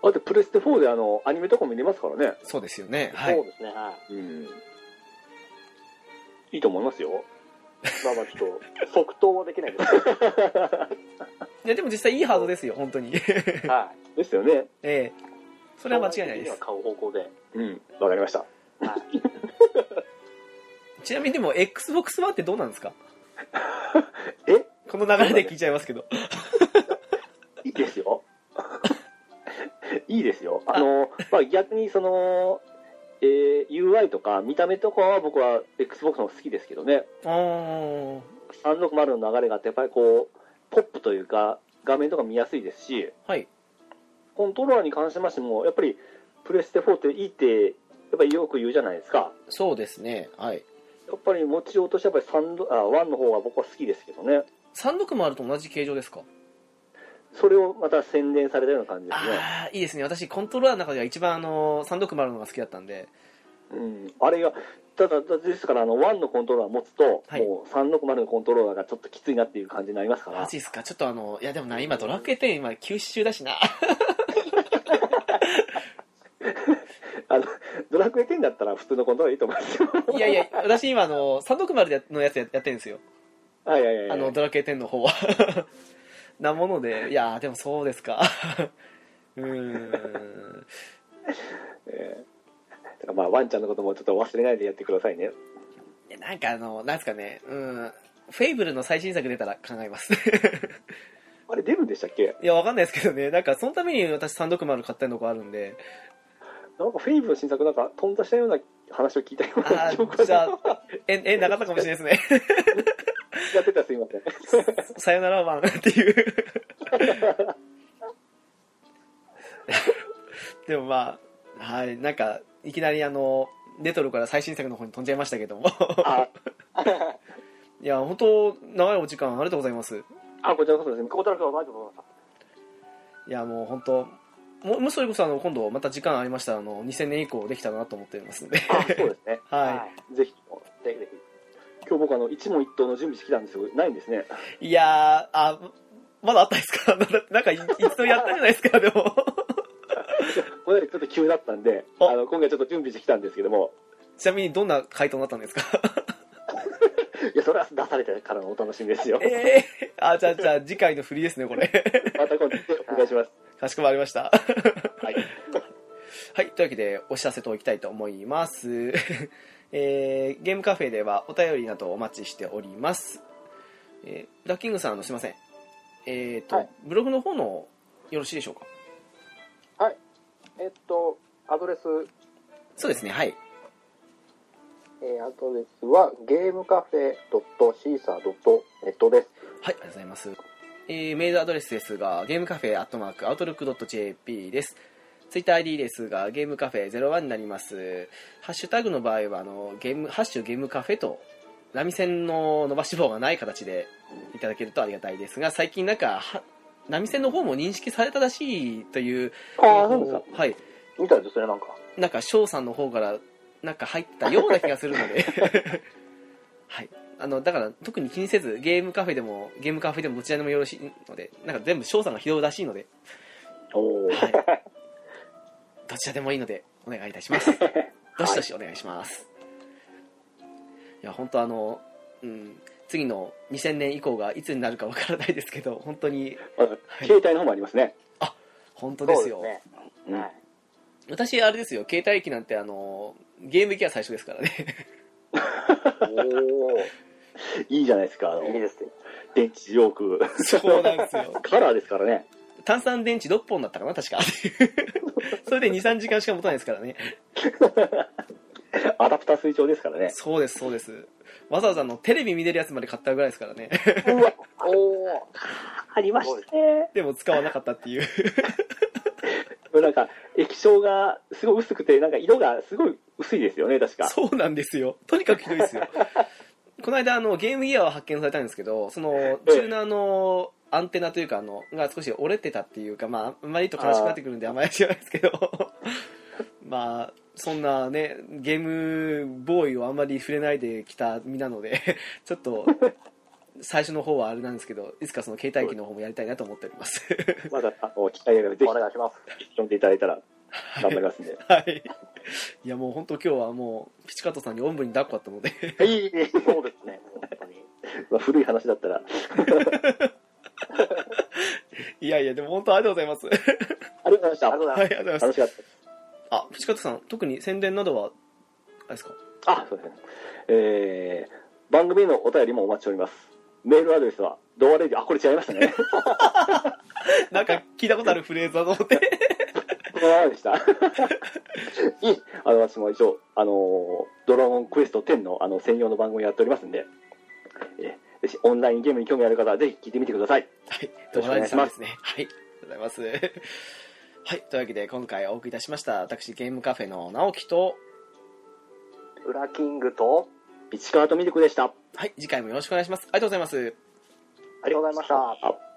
B: だってプレステ4であのアニメとかも見れますからね
A: そうですよねはい
C: そうですね、はい。
B: うんいいと思いますよ
C: まあまあ、ちょっと、即答はできないです
A: いやでも実際いいハードですよ本当に [LAUGHS]
C: けど、 [LAUGHS] はい。
B: ですよね
A: ええそ
C: そ
A: れは間違いないです
C: 買う方向で。
B: うんわかりました
A: ちなみにでも XBOX 版ってどうなんです [LAUGHS] か
B: え
A: この流れで聞いちゃいますけど
B: いいですよいいですよあのまあ逆にそのえー UI とか見た目とかは僕は XBOX の方が好きですけどね
A: あー
B: 360の流れがあってやっぱりこうポップというか画面とか見やすいですし
A: はい
B: コントローラーに関しましてもやっぱりプレステ4っていいってやっぱりよく言うじゃないですか
A: そうですねはい
B: やっぱり持ちようとしてはやっぱり3どあ1の方が僕は好きですけどね
A: 36もあると同じ形状ですか
B: それをまた洗練されたような感じですね
A: ああいいですね私コントローラーの中では一番あの360のが好きだったんで
B: うん、あれが、ただ、ただですから、あの、1のコントローラー持つと、
A: はい
B: もう360のコントローラーがちょっときついなっていう感じになりますか
A: マ
B: ら、
A: ジですかちょっとあのいやでもな今ドラクエ10今休止中だしな [LAUGHS]
B: あの、ドラクエ10だったら普通のコントローラーいいと思いますよ。 [LAUGHS]
A: いやいや私今あの360のやつややってるんですよ
B: はいはいはい。
A: あの、ドラクエ10の方は [LAUGHS] なものでいやーでもそう [LAUGHS] ですかうーん
B: か、まあ、ワンちゃんのこともちょっと忘れないでやってくださいね。
A: いやなんかあの、なんすかね、うん、フェイブルの最新作出たら考えます。 [LAUGHS]
B: あれ出るんでしたっけ
A: いや、わかんないですけどね、なんかそのために私360買ったのがあるんで、
B: なんかフェイブの新作なんか飛んだしたような話を聞いたよう
A: あ
B: な記憶
A: ー
B: が
A: じゃあ、え、え、なかったかもしれないですね。
B: [LAUGHS]
A: [LAUGHS]
B: やってたらすいません。
A: さよなら版っていう。 [LAUGHS] でもまあ、はい、なんか、いきなりあの、レトロから最新作の方に飛んじゃいましたけども。 [LAUGHS]
B: あ、
A: いや、本当長いお時間ありがとうございます。
B: あ、こちらこそですね。
C: ここだけは大丈夫だ。
A: いや、もう本当も、もしそれこそあの、今度また時間ありましたら、あの、2000年以降できたらなと思ってますんで。
B: あ、そうですね。
A: は
B: ぜひ。
C: ぜひぜひ。
B: 今日僕あの、一問一答の準備してきたんですけど、ないんですね。
A: い。いやー、あ、まだあったんですか [LAUGHS] なんかい、一度やったじゃないですか、で
C: [LAUGHS]
A: も。
B: これちょっと急だったんで、
A: あ
B: あの、今回ちょっと準備してきたんですけども、
A: ちなみにどんな回答になったんですか
B: いや、それは出されてからのお楽しみですよ。
A: ええ [LAUGHS] あ、じゃあ、じゃあ、次回の振りですね、これ。 [LAUGHS]
B: また今度お願いします。
A: かしこまりました。 [LAUGHS]
B: はい。
A: はい、というわけでお知らせといきたいと思います、 [LAUGHS] えーゲームカフェではお便りなどお待ちしております、えー、ラッキングさんあのすいませんえっ、と、
C: はい
A: ブログの方のよろしいでしょうか
C: えっと、アドレス、
A: そうですねはい
C: えーアドレスはゲームカフェ
A: はい、ありが
C: .caesar.net です。
A: とうございます。えーメールアドレスですが、ゲームカフェアットマーク、アウトルックドット JP です。ツイッター ID ですが、ゲームカフェ01になります。ハッシュタグの場合は、あの、ゲーム、ハッシュゲームカフェと、ラミ線の伸ばし棒がない形でいただけるとありがたいですが、最近なんか、はラミ線の方も認識されたらしいという、
C: ああ、なんですか。
A: はい。
C: みたいですね、なんか。
A: なんか翔さんの方からなんか入ったような気がするので [LAUGHS] はいあのだから特に気にせずゲームカフェでもゲームカフェでもどちらでもよろしいのでなんか全部翔さんが拾うらしいので、
B: おー。
A: はい、どちらでもいいのでお願いいたしますどしどしお願いします、い、や本当あのうん次の2000年以降がいつになるかわからないですけど本当に
B: 携帯の方もありますね。
A: 本当ですよ
C: そうです
B: うん
C: ね。はい。
A: 私あれですよ携帯機なんてあのゲーム機は最初ですからね
B: いいじゃないですか、あの、
C: いいですね。
B: 電池ジョーク。
A: そうなんですよ
B: カラーですからね。
A: 炭酸電池6本だったかな確かそれで23時間しか持たないですからね
B: アダプター推奨ですからね。
A: そうですそうですわざわざあのテレビ見れるやつまで買ったぐらいですからね
C: おお。
B: ありましたね。
A: でも使わなかったっていう
B: なんか、液晶がすごい薄くて、なんか色がすごい薄いですよね、確か。
A: そうなんですよとにかくひどいですよこの間あのゲームギアを発見されたんですけどそのチューナーのアンテナというかあのが少し折れてたっていうかまああんまり言うと悲しくなってくるんであんまり知らないですけど [LAUGHS] まあそんなねゲームボーイをあんまり触れないできた身なので [LAUGHS] ちょっと最初の方はあれなんですけどいつかその携帯機の方もやりたいなと思っております [LAUGHS]
B: まだ、あの、機会があればぜ
C: お願いします。
B: ひ読んでいただいたら頑張りますんで。
A: はいいやもう本当今日はもうピチカートさんにおんぶに抱っこあったので [LAUGHS]
B: はい。
C: そうですね、本当に。
B: [LAUGHS] まあ古い話だったら、
A: いやいやでも本当ありがとうございます
B: ありがとうござい
C: ありがとう
B: まし
C: ござい
A: はいありがとうございま
B: た。
A: す
B: 楽しかった。
A: あ、プチカットさん、特に宣伝などは、あれですか
B: あ、そうですね。えー、番組へのお便りもお待ちしております。メールアドレスは、ドアレディ、あ、これ違いましたね。
A: [LAUGHS] なんか聞いたことあるフレーズだと思って。
B: このままでした。いいあの、私も一応、あのー、ドラゴンクエスト10のあの専用の番組をやっておりますんで、えーぜひオンラインゲームに興味ある方はぜひ聞いてみてください。
A: [LAUGHS] はい、
B: ろしくお願いします
A: ドラえもんさんですね。はい、ありがとうございます。 [LAUGHS] はい、というわけで今回お送りいたしました、私ゲームカフェの直樹と、
C: ウラキングと、
B: 市川とミルクでした。
A: はい、次回もよろしくお願いします。ありがとうございます。
C: ありがとうございました。
B: あ